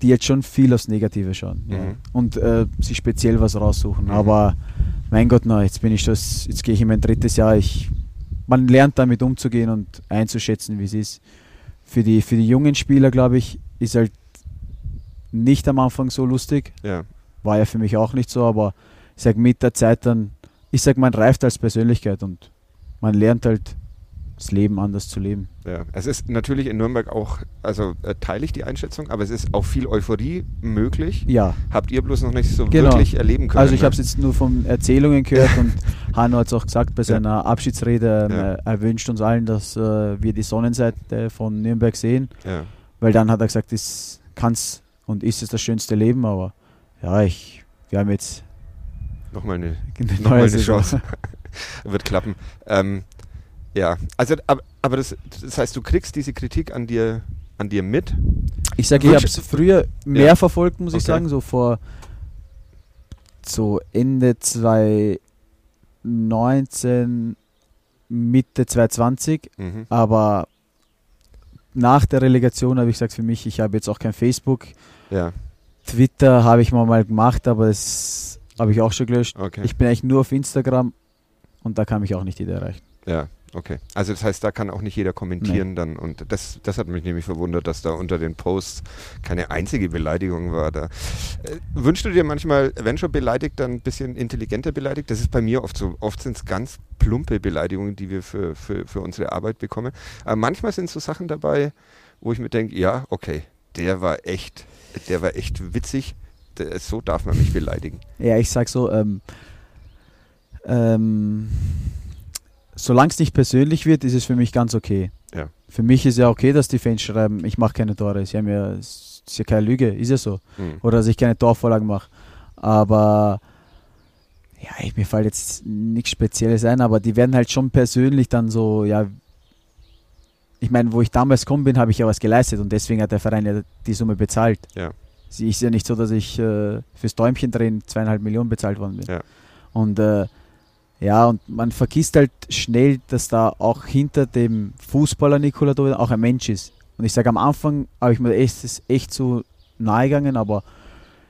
[SPEAKER 3] die jetzt schon viel aufs Negative schauen ja.
[SPEAKER 2] Mhm.
[SPEAKER 3] und äh, sich speziell was raussuchen.
[SPEAKER 2] Mhm.
[SPEAKER 3] Aber mein Gott, na, jetzt bin ich das, jetzt gehe ich in mein drittes Jahr. Ich, man lernt damit umzugehen und einzuschätzen, wie es ist. Für die, für die jungen Spieler, glaube ich, ist halt nicht am Anfang so lustig.
[SPEAKER 2] ja,
[SPEAKER 3] War ja für mich auch nicht so, aber ich sag mit der Zeit dann, ich sag, man reift als Persönlichkeit und man lernt halt das Leben anders zu leben.
[SPEAKER 2] ja. Es ist natürlich in Nürnberg auch, also äh, teile ich die Einschätzung, aber es ist auch viel Euphorie möglich.
[SPEAKER 3] Ja,
[SPEAKER 2] Habt ihr bloß noch nicht so
[SPEAKER 3] Genau.
[SPEAKER 2] wirklich erleben können.
[SPEAKER 3] also ich
[SPEAKER 2] ne?
[SPEAKER 3] habe es jetzt nur von Erzählungen gehört und Hanno hat es auch gesagt bei seiner Abschiedsrede, ähm,
[SPEAKER 2] Ja.
[SPEAKER 3] er- er wünscht uns allen, dass äh, wir die Sonnenseite von Nürnberg sehen,
[SPEAKER 2] Ja,
[SPEAKER 3] weil dann hat er gesagt, das kann's und ist es das schönste Leben, aber ja, ich, wir haben jetzt
[SPEAKER 2] nochmal eine
[SPEAKER 3] eine
[SPEAKER 2] Nochmal
[SPEAKER 3] neue
[SPEAKER 2] eine
[SPEAKER 3] Saison.
[SPEAKER 2] Chance. wird klappen. Ähm, ja, also aber, aber das, das heißt, du kriegst diese Kritik an dir, an dir mit.
[SPEAKER 3] Ich sage, ich habe
[SPEAKER 2] Wünsch-
[SPEAKER 3] es früher mehr
[SPEAKER 2] Ja.
[SPEAKER 3] verfolgt, muss ich
[SPEAKER 2] Okay.
[SPEAKER 3] sagen, so vor so Ende 2019 Mitte 2020,
[SPEAKER 2] Mhm.
[SPEAKER 3] aber nach der Relegation habe ich gesagt, für mich, ich habe jetzt auch kein Facebook.
[SPEAKER 2] Ja,
[SPEAKER 3] Twitter habe ich mal, mal gemacht, aber das habe ich auch schon gelöscht.
[SPEAKER 2] okay.
[SPEAKER 3] Ich bin eigentlich nur auf Instagram und da kann mich auch nicht jeder erreichen.
[SPEAKER 2] ja, okay. Also das heißt, da kann auch nicht jeder kommentieren dann und das, das hat mich nämlich verwundert, dass da unter den Posts keine einzige Beleidigung war. Da. Äh, wünschst du dir manchmal, wenn schon beleidigt, dann ein bisschen intelligenter beleidigt? Das ist bei mir oft so. Oft sind es ganz plumpe Beleidigungen, die wir für, für, für unsere Arbeit bekommen. Aber manchmal sind so Sachen dabei, wo ich mir denke, ja, okay, der war echt, der war echt witzig. Der- So darf man mich beleidigen.
[SPEAKER 3] Ja, ich sag so, ähm, ähm, solange es nicht persönlich wird, ist es für mich ganz okay.
[SPEAKER 2] Ja.
[SPEAKER 3] Für mich ist ja okay, dass die Fans schreiben, ich mache keine Tore. Sie haben ja, ist ja keine Lüge, ist ja so.
[SPEAKER 2] Mhm.
[SPEAKER 3] Oder dass ich keine Torvorlagen mache. Aber ja, ich, mir fällt jetzt nichts Spezielles ein, aber die werden halt schon persönlich dann so, ja. Ich meine, wo ich damals gekommen bin, habe ich ja was geleistet und deswegen hat der Verein ja die Summe bezahlt.
[SPEAKER 2] Ja.
[SPEAKER 3] Sie ist ja nicht so, dass ich äh, fürs Däumchen drehen zweieinhalb Millionen bezahlt worden bin.
[SPEAKER 2] Ja.
[SPEAKER 3] Und äh, ja, und man vergisst halt schnell, dass da auch hinter dem Fußballer Nikola Dove auch ein Mensch ist. Und ich sage, am Anfang habe ich mir echt, ist echt so nahe gegangen, aber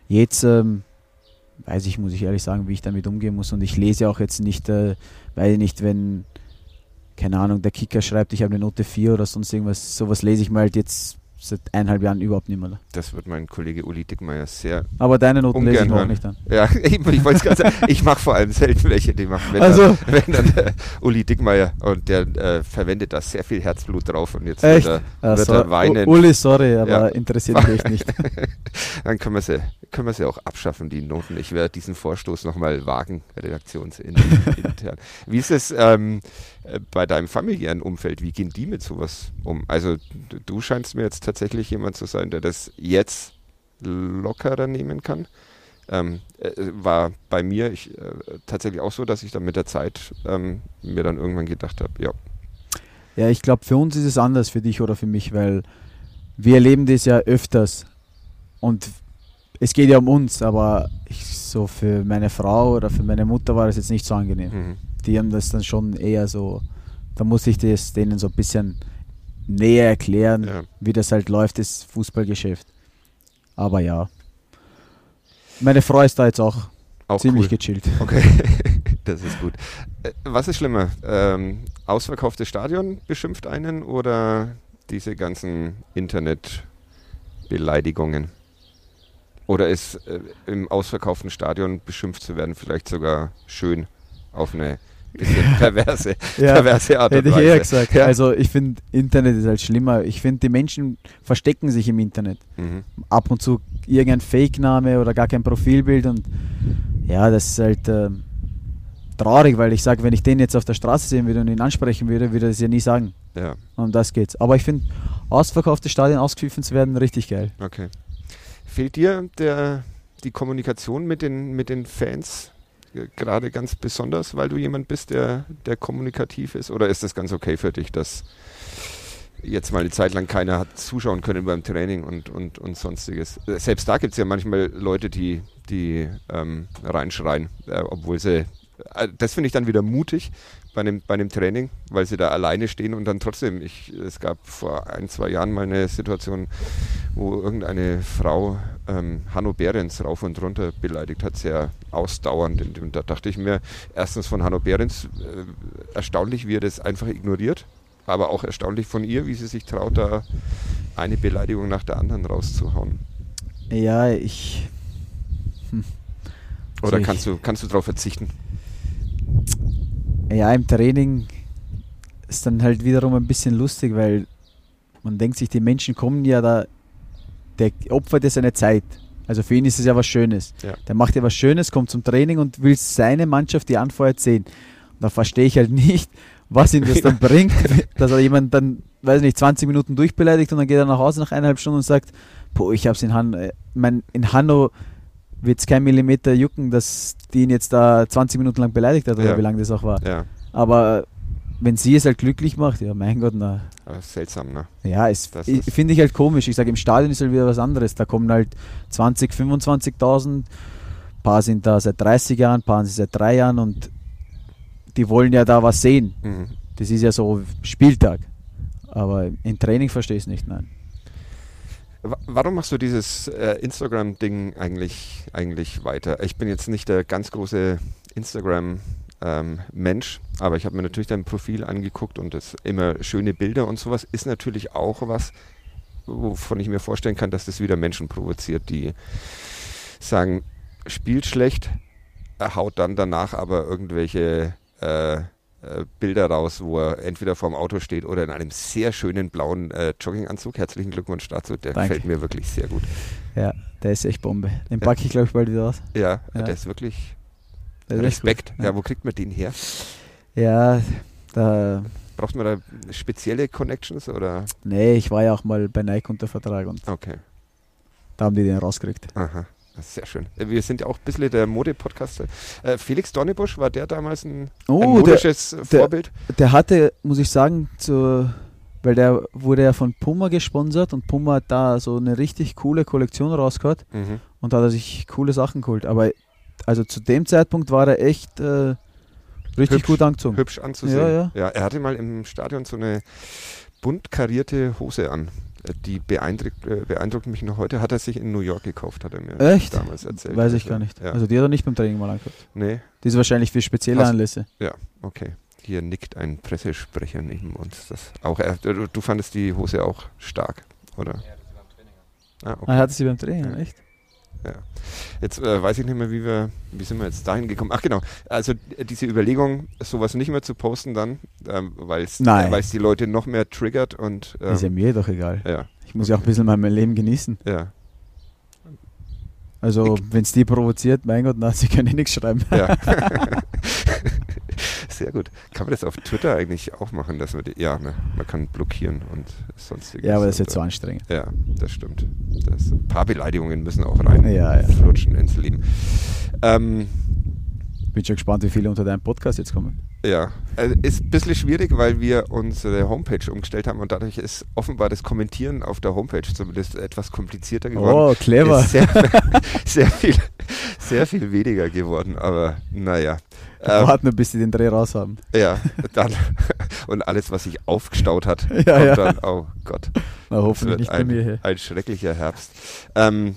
[SPEAKER 3] jetzt ähm, weiß ich, muss ich ehrlich sagen, wie ich damit umgehen muss. Und ich lese auch jetzt nicht, äh, weiß ich nicht, wenn, keine Ahnung, der Kicker schreibt, ich habe eine Note 4 oder sonst irgendwas, sowas lese ich mir halt jetzt seit eineinhalb Jahren überhaupt nicht mehr.
[SPEAKER 2] Das wird mein Kollege Uli Dickmeier sehr
[SPEAKER 3] Aber deine Noten
[SPEAKER 2] Ungern
[SPEAKER 3] lese ich mir auch
[SPEAKER 2] hören.
[SPEAKER 3] nicht an.
[SPEAKER 2] Ja, ich, ich wollte gerade sagen, ich mache vor allem selten welche, die machen, wenn,
[SPEAKER 3] Also-
[SPEAKER 2] dann, wenn dann äh, Uli Dickmeier und der äh, verwendet da sehr viel Herzblut drauf und jetzt
[SPEAKER 3] Echt?
[SPEAKER 2] Wird er,
[SPEAKER 3] Äh,
[SPEAKER 2] Wird
[SPEAKER 3] sorry,
[SPEAKER 2] er weinen.
[SPEAKER 3] U- Uli, sorry, aber
[SPEAKER 2] Ja.
[SPEAKER 3] interessiert mich echt nicht.
[SPEAKER 2] dann können wir sie, können wir sie auch abschaffen, die Noten. Ich werde diesen Vorstoß nochmal wagen, redaktionsintern. Wie ist es ähm, äh, bei deinem familiären Umfeld? Wie gehen die mit sowas um? Also d- du scheinst mir jetzt tatsächlich jemand zu sein, der das jetzt lockerer nehmen kann. Ähm, äh, war bei mir ich, äh, tatsächlich auch so, dass ich dann mit der Zeit ähm, mir dann irgendwann gedacht habe, ja,
[SPEAKER 3] Ja, ich glaube, für uns ist es anders, für dich oder für mich, weil wir erleben das ja öfters. Und es geht ja um uns, aber ich, so für meine Frau oder für meine Mutter war das jetzt nicht so angenehm.
[SPEAKER 2] mhm.
[SPEAKER 3] Die haben das dann schon eher so, da musste ich das denen so ein bisschen näher erklären,
[SPEAKER 2] ja.
[SPEAKER 3] wie das halt läuft, das Fußballgeschäft. Aber ja. Meine Frau ist da jetzt auch,
[SPEAKER 2] auch
[SPEAKER 3] ziemlich
[SPEAKER 2] Oh, cool.
[SPEAKER 3] gechillt.
[SPEAKER 2] Okay, das ist gut. Äh, Was ist schlimmer? Ähm, ausverkauftes Stadion beschimpft einen oder diese ganzen Internetbeleidigungen? Oder ist äh, im ausverkauften Stadion beschimpft zu werden vielleicht sogar schön auf eine bisschen perverse, perverse Art und
[SPEAKER 3] Hätte ich
[SPEAKER 2] Weise?
[SPEAKER 3] eher gesagt.
[SPEAKER 2] Ja.
[SPEAKER 3] Also ich finde, Internet ist halt schlimmer. Ich finde, die Menschen verstecken sich im Internet.
[SPEAKER 2] mhm.
[SPEAKER 3] Ab und zu irgendein Fake-Name oder gar kein Profilbild. Und ja, das ist halt ähm, traurig, weil ich sage, wenn ich den jetzt auf der Straße sehen würde und ihn ansprechen würde, würde er es ja nie sagen.
[SPEAKER 2] Ja,
[SPEAKER 3] Um das geht's. Aber ich finde, ausverkaufte Stadien ausgepfiffen zu werden, richtig geil.
[SPEAKER 2] okay. Fehlt dir der, die Kommunikation mit den, mit den Fans? äh, gerade ganz besonders, weil du jemand bist, der, der kommunikativ ist? Oder ist das ganz okay für dich, dass jetzt mal eine Zeit lang keiner hat zuschauen können beim Training und, und, und sonstiges? Äh, Selbst da gibt es ja manchmal Leute, die, die ähm, reinschreien, äh, obwohl sie. äh, Das finde ich dann wieder mutig bei einem, bei einem Training, weil sie da alleine stehen und dann trotzdem, ich, es gab vor ein, zwei Jahren mal eine Situation, wo irgendeine Frau ähm, Hanno Behrens rauf und runter beleidigt hat, sehr ausdauernd. Und, und da dachte ich mir, erstens von Hanno Behrens, äh, erstaunlich, wie er das einfach ignoriert, aber auch erstaunlich von ihr, wie sie sich traut, da eine Beleidigung nach der anderen rauszuhauen.
[SPEAKER 3] Ja, ich. Hm.
[SPEAKER 2] Oder
[SPEAKER 3] ich-
[SPEAKER 2] kannst du, kannst du darauf verzichten?
[SPEAKER 3] Ja, im Training ist dann halt wiederum ein bisschen lustig, weil man denkt sich, die Menschen kommen ja da, der opfert ja seine Zeit. Also für ihn ist es ja was Schönes.
[SPEAKER 2] Ja.
[SPEAKER 3] Der macht ja was Schönes, kommt zum Training und will seine Mannschaft, die anfeuert, sehen. Und da verstehe ich halt nicht, was ihm das dann bringt, dass er jemanden dann, weiß nicht, 20 Minuten durchbeleidigt und dann geht er nach Hause nach eineinhalb Stunden und sagt, boah, ich hab's in Hanno, äh, mein, in Hanno wird's kein Millimeter jucken, dass die ihn jetzt da 20 Minuten lang beleidigt hat oder
[SPEAKER 2] Ja.
[SPEAKER 3] wie lange das auch war.
[SPEAKER 2] Ja,
[SPEAKER 3] Aber wenn sie es halt glücklich macht, ja, mein Gott, na.
[SPEAKER 2] aber seltsam, ne?
[SPEAKER 3] Ja, es
[SPEAKER 2] Das
[SPEAKER 3] i-
[SPEAKER 2] ist-
[SPEAKER 3] finde ich halt komisch. Ich sage, im Stadion ist halt wieder was anderes. Da kommen halt 20, 25.000. Paar sind da seit 30 Jahren, paar sind seit drei Jahren und die wollen ja da was sehen.
[SPEAKER 2] Mhm.
[SPEAKER 3] Die Das ist ja so Spieltag. Aber im Training verstehe ich es nicht, nein.
[SPEAKER 2] Wa- Warum machst du dieses äh, Instagram-Ding eigentlich, eigentlich weiter? Ich bin jetzt nicht der ganz große Instagram-Mensch, ähm, aber ich habe mir natürlich dein Profil angeguckt und das immer schöne Bilder und sowas ist natürlich auch was, wovon ich mir vorstellen kann, dass das wieder Menschen provoziert, die sagen, spielt schlecht, äh, haut dann danach aber irgendwelche äh, äh, Bilder raus, wo er entweder vorm Auto steht oder in einem sehr schönen blauen äh, Jogginganzug. Herzlichen Glückwunsch dazu, der
[SPEAKER 3] Danke.
[SPEAKER 2] gefällt mir wirklich sehr gut.
[SPEAKER 3] Ja, der ist echt Bombe. Den packe ich, glaube ich, bald wieder aus.
[SPEAKER 2] Ja,
[SPEAKER 3] Ja.
[SPEAKER 2] der ist wirklich
[SPEAKER 3] Der ist echt gut.
[SPEAKER 2] Respekt.
[SPEAKER 3] ja.
[SPEAKER 2] Ja. wo kriegt man den her?
[SPEAKER 3] Ja, da,
[SPEAKER 2] Braucht man da spezielle Connections oder?
[SPEAKER 3] nee, ich war ja auch mal bei Nike unter Vertrag und
[SPEAKER 2] Okay,
[SPEAKER 3] da haben die den rausgekriegt.
[SPEAKER 2] aha. Das ist sehr schön. Äh, Wir sind ja auch ein bisschen der Mode-Podcast. Äh, Felix Dornebusch, war der damals ein, ein
[SPEAKER 3] Oh, der,
[SPEAKER 2] modisches Vorbild?
[SPEAKER 3] der hatte, muss ich sagen, zur, weil der wurde ja von Puma gesponsert und Puma hat da so eine richtig coole Kollektion rausgehauen.
[SPEAKER 2] Mhm.
[SPEAKER 3] und da hat er sich coole Sachen geholt. Aber also zu dem Zeitpunkt war er echt äh, richtig
[SPEAKER 2] Hübsch.
[SPEAKER 3] gut angezogen.
[SPEAKER 2] Hübsch anzusehen.
[SPEAKER 3] Ja, ja.
[SPEAKER 2] er hatte mal im Stadion so eine bunt karierte Hose an. Äh, Die beeindruckt, äh, beeindruckt mich noch heute. Hat er sich in New York gekauft, hat er mir
[SPEAKER 3] Echt?
[SPEAKER 2] damals erzählt.
[SPEAKER 3] Weiß ich
[SPEAKER 2] Also,
[SPEAKER 3] gar nicht.
[SPEAKER 2] Ja.
[SPEAKER 3] Also die hat er nicht beim Training mal angeguckt.
[SPEAKER 2] nee,
[SPEAKER 3] Die ist wahrscheinlich für spezielle
[SPEAKER 2] Hast-
[SPEAKER 3] Anlässe.
[SPEAKER 2] okay. Hier nickt ein Pressesprecher neben uns. Das auch, er, du, du fandest die Hose auch stark, oder? Ja,
[SPEAKER 3] Ah, er hatte sie beim Training,
[SPEAKER 2] Ja.
[SPEAKER 3] echt?
[SPEAKER 2] Jetzt äh, weiß ich nicht mehr, wie wir, wie sind wir jetzt dahin gekommen? Ach genau, also äh, diese Überlegung, sowas nicht mehr zu posten dann, ähm, weil es
[SPEAKER 3] Nein.
[SPEAKER 2] weil's die Leute noch mehr triggert und ähm,
[SPEAKER 3] Ist ja mir doch egal.
[SPEAKER 2] ja,
[SPEAKER 3] Ich muss ja auch ein bisschen mein mein Leben genießen.
[SPEAKER 2] ja,
[SPEAKER 3] Also wenn es die provoziert, mein Gott, na, sie können eh nichts schreiben.
[SPEAKER 2] ja. Sehr gut. Kann man das auf Twitter eigentlich auch machen, dass man die, ja, ne, man kann blockieren und sonstiges.
[SPEAKER 3] Ja, aber das
[SPEAKER 2] Und,
[SPEAKER 3] ist
[SPEAKER 2] äh,
[SPEAKER 3] jetzt so anstrengend.
[SPEAKER 2] Ja, das stimmt. Das, ein paar Beleidigungen müssen auch rein
[SPEAKER 3] Ja, ja.
[SPEAKER 2] flutschen ins Leben. Ähm,
[SPEAKER 3] Bin schon gespannt, wie viele unter deinem Podcast jetzt kommen.
[SPEAKER 2] ja, also ist ein bisschen schwierig, weil wir unsere Homepage umgestellt haben und dadurch ist offenbar das Kommentieren auf der Homepage zumindest etwas komplizierter geworden.
[SPEAKER 3] Oh, clever.
[SPEAKER 2] Ist sehr, sehr, viel, sehr viel weniger geworden, aber naja. Ähm,
[SPEAKER 3] Warten nur, bis sie den Dreh raus haben.
[SPEAKER 2] ja, dann. Und alles, was sich aufgestaut hat,
[SPEAKER 3] Ja,
[SPEAKER 2] kommt
[SPEAKER 3] ja.
[SPEAKER 2] dann, oh Gott.
[SPEAKER 3] Na, hoffentlich
[SPEAKER 2] wird
[SPEAKER 3] nicht bei
[SPEAKER 2] ein,
[SPEAKER 3] mir hier.
[SPEAKER 2] ein schrecklicher Herbst. Ähm,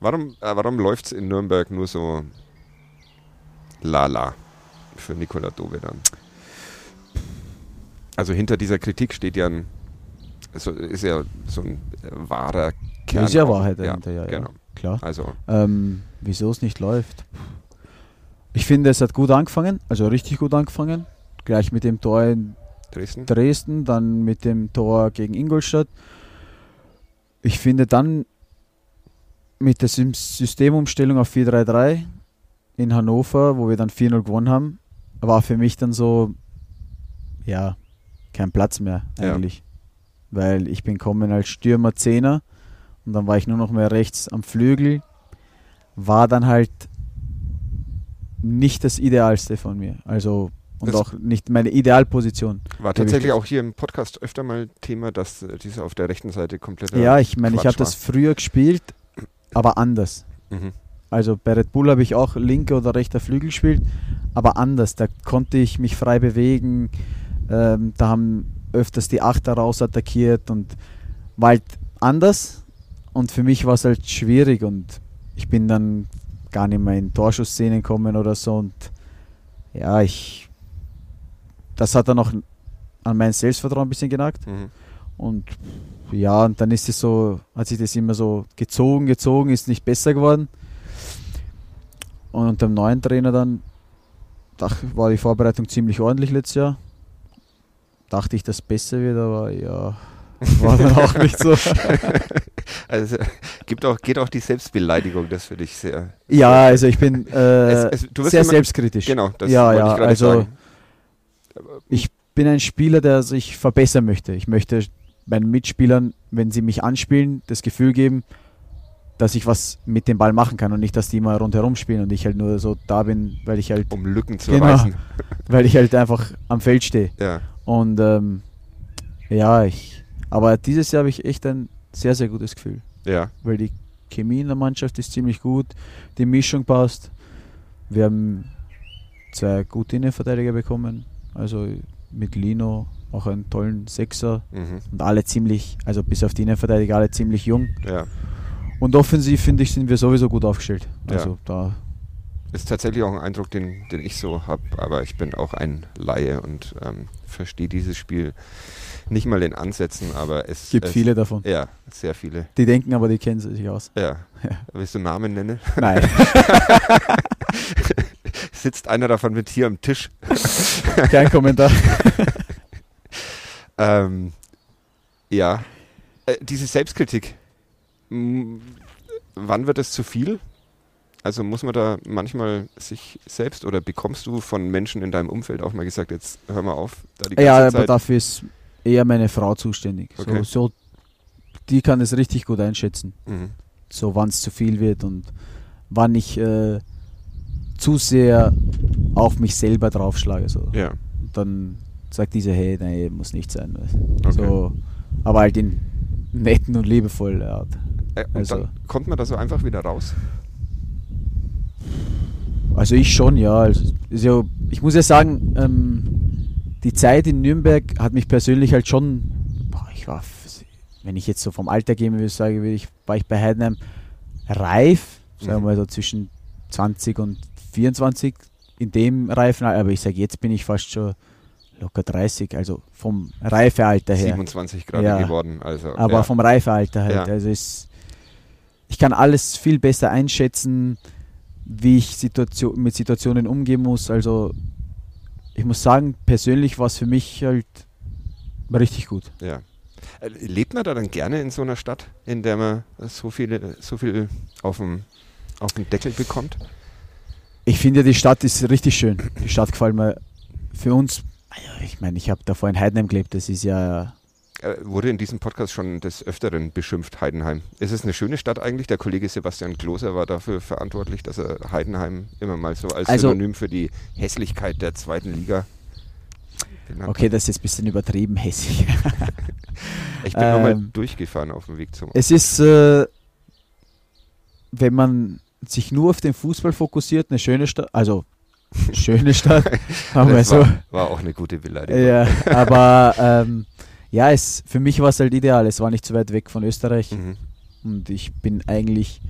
[SPEAKER 2] warum äh, warum läuft es in Nürnberg nur so lala für Nikola Dove dann? Also hinter dieser Kritik steht ja ein, so, ist ja so ein äh, wahrer Kern.
[SPEAKER 3] Ist ja
[SPEAKER 2] auch.
[SPEAKER 3] Wahrheit dahinter, ja, ja.
[SPEAKER 2] Genau.
[SPEAKER 3] Klar.
[SPEAKER 2] Also,
[SPEAKER 3] Ähm, Wieso es nicht läuft? Ich finde, es hat gut angefangen, also richtig gut angefangen. Gleich mit dem Tor in
[SPEAKER 2] Dresden?
[SPEAKER 3] Dresden, dann mit dem Tor gegen Ingolstadt. Ich finde dann mit der Sym- Systemumstellung auf 4-3-3 in Hannover, wo wir dann 4-0 gewonnen haben, war für mich dann so, ja, kein Platz mehr
[SPEAKER 2] Ja.
[SPEAKER 3] eigentlich. Weil ich bin kommen als Stürmer, Zehner und dann war ich nur noch mehr rechts am Flügel. War dann halt nicht das Idealste von mir. Also und
[SPEAKER 2] Das-
[SPEAKER 3] auch nicht meine Idealposition.
[SPEAKER 2] War tatsächlich auch hier im Podcast öfter mal Thema, dass äh, diese auf der rechten Seite komplett.
[SPEAKER 3] Ja, ich meine, ich
[SPEAKER 2] Quatsch
[SPEAKER 3] habe das früher gespielt, aber anders.
[SPEAKER 2] Mhm.
[SPEAKER 3] Also bei Red Bull habe ich auch linker oder rechter Flügel gespielt, aber anders. Da konnte ich mich frei bewegen. Ähm, da haben öfters die Achter raus attackiert und war halt anders. Und für mich war es halt schwierig und ich bin dann gar nicht mehr in Torschussszenen gekommen oder so. Und ja, ich. Das hat dann auch an mein Selbstvertrauen ein bisschen genagt.
[SPEAKER 2] Mhm.
[SPEAKER 3] Und ja, und dann ist es so, hat sich das immer so gezogen, gezogen, ist nicht besser geworden. Und unter dem neuen Trainer dann dach, war die Vorbereitung ziemlich ordentlich letztes Jahr. Dachte ich, dass es besser wird, aber ja, war dann auch nicht so.
[SPEAKER 2] Also gibt auch, geht auch die Selbstbeleidigung, das finde ich sehr.
[SPEAKER 3] Ja, also ich bin äh,
[SPEAKER 2] Es- es- du wirst
[SPEAKER 3] sehr
[SPEAKER 2] immer-
[SPEAKER 3] selbstkritisch.
[SPEAKER 2] Genau, das
[SPEAKER 3] Ja,
[SPEAKER 2] wollte
[SPEAKER 3] ja,
[SPEAKER 2] ich gerade
[SPEAKER 3] also-
[SPEAKER 2] sagen.
[SPEAKER 3] bin ein Spieler, der sich verbessern möchte. Ich möchte meinen Mitspielern, wenn sie mich anspielen, das Gefühl geben, dass ich was mit dem Ball machen kann und nicht, dass die immer rundherum spielen und ich halt nur so da bin, weil ich halt,
[SPEAKER 2] Um Lücken zu
[SPEAKER 3] Genau.
[SPEAKER 2] reißen.
[SPEAKER 3] weil ich halt einfach am Feld stehe.
[SPEAKER 2] Ja.
[SPEAKER 3] Und ähm, ja, ich. Aber dieses Jahr habe ich echt ein sehr, sehr gutes Gefühl.
[SPEAKER 2] Ja.
[SPEAKER 3] weil die Chemie in der Mannschaft ist ziemlich gut, die Mischung passt. Wir haben zwei gute Innenverteidiger bekommen. Also mit Lino auch einen tollen Sechser
[SPEAKER 2] Mhm.
[SPEAKER 3] und alle ziemlich, also bis auf die Innenverteidiger, alle ziemlich jung.
[SPEAKER 2] Ja.
[SPEAKER 3] Und offensiv, finde ich, sind wir sowieso gut aufgestellt.
[SPEAKER 2] Ja.
[SPEAKER 3] Also da
[SPEAKER 2] Ist tatsächlich auch ein Eindruck, den, den ich so habe, aber ich bin auch ein Laie und ähm, verstehe dieses Spiel nicht mal in Ansätzen, aber es
[SPEAKER 3] gibt
[SPEAKER 2] es,
[SPEAKER 3] viele davon.
[SPEAKER 2] Ja, sehr viele.
[SPEAKER 3] Die denken aber, die kennen sich aus.
[SPEAKER 2] Ja.
[SPEAKER 3] Ja.
[SPEAKER 2] Willst du Namen nennen?
[SPEAKER 3] Nein.
[SPEAKER 2] Sitzt einer davon mit hier am Tisch?
[SPEAKER 3] Kein Kommentar.
[SPEAKER 2] Ähm, ja. Äh, diese Selbstkritik. M, wann wird es zu viel? Also muss man da manchmal sich selbst oder bekommst du von Menschen in deinem Umfeld auch mal gesagt, jetzt hör mal auf, da die ganze
[SPEAKER 3] Ja, aber
[SPEAKER 2] Zeit.
[SPEAKER 3] dafür ist eher meine Frau zuständig.
[SPEAKER 2] Okay.
[SPEAKER 3] So, so, die kann es richtig gut einschätzen.
[SPEAKER 2] Mhm.
[SPEAKER 3] So, wann es zu viel wird und wann ich äh, zu sehr auf mich selber draufschlage. So.
[SPEAKER 2] Ja,
[SPEAKER 3] Und Dann sagt diese, hey, nee, muss nicht sein. weißt.
[SPEAKER 2] okay.
[SPEAKER 3] So, aber halt in netten und liebevollen Art.
[SPEAKER 2] äh, und
[SPEAKER 3] also-
[SPEAKER 2] dann kommt man da so einfach wieder raus.
[SPEAKER 3] Also ich schon, ja. Also, ist ja ich muss ja sagen, ähm, die Zeit in Nürnberg hat mich persönlich halt schon, boah, ich war, f- wenn ich jetzt so vom Alter gehen würde, sage würde ich, war ich bei Heidenheim reif, sagen
[SPEAKER 2] Mhm.
[SPEAKER 3] wir mal so zwischen 20 und 24 in dem Reifen, aber ich sage, jetzt bin ich fast schon locker 30, also vom Reifealter her.
[SPEAKER 2] 27 gerade
[SPEAKER 3] Ja.
[SPEAKER 2] geworden. Also,
[SPEAKER 3] Aber
[SPEAKER 2] ja.
[SPEAKER 3] vom Reifealter halt.
[SPEAKER 2] Ja.
[SPEAKER 3] Also ist, ich kann alles viel besser einschätzen, wie ich Situation, mit Situationen umgehen muss. Also ich muss sagen, persönlich war es für mich halt richtig gut.
[SPEAKER 2] Ja. Äh, Lebt man da dann gerne in so einer Stadt, in der man so viele, so viel auf dem, auf dem Deckel bekommt?
[SPEAKER 3] Ich finde, die Stadt ist richtig schön. Die Stadt gefällt mir für uns. Also Ich meine, ich habe davor in Heidenheim gelebt. Das ist ja
[SPEAKER 2] Äh, Wurde in diesem Podcast schon des Öfteren beschimpft, Heidenheim. Ist es eine schöne Stadt eigentlich? Der Kollege Sebastian Kloser war dafür verantwortlich, dass er Heidenheim immer mal so als
[SPEAKER 3] Also-
[SPEAKER 2] Synonym für die Hässlichkeit der zweiten Liga benannt
[SPEAKER 3] okay, das ist jetzt ein bisschen übertrieben hässlich.
[SPEAKER 2] hat. Ich bin nur mal
[SPEAKER 3] ähm,
[SPEAKER 2] durchgefahren auf dem Weg zum.
[SPEAKER 3] Es ist, äh, wenn man sich nur auf den Fußball fokussiert, eine schöne Stadt, also schöne Stadt, aber
[SPEAKER 2] Das
[SPEAKER 3] so,
[SPEAKER 2] war, war auch eine gute Beleidigung.
[SPEAKER 3] ja, aber ähm, ja, es, für mich war es halt ideal. Es war nicht so weit weg von Österreich
[SPEAKER 2] Mhm.
[SPEAKER 3] und ich bin eigentlich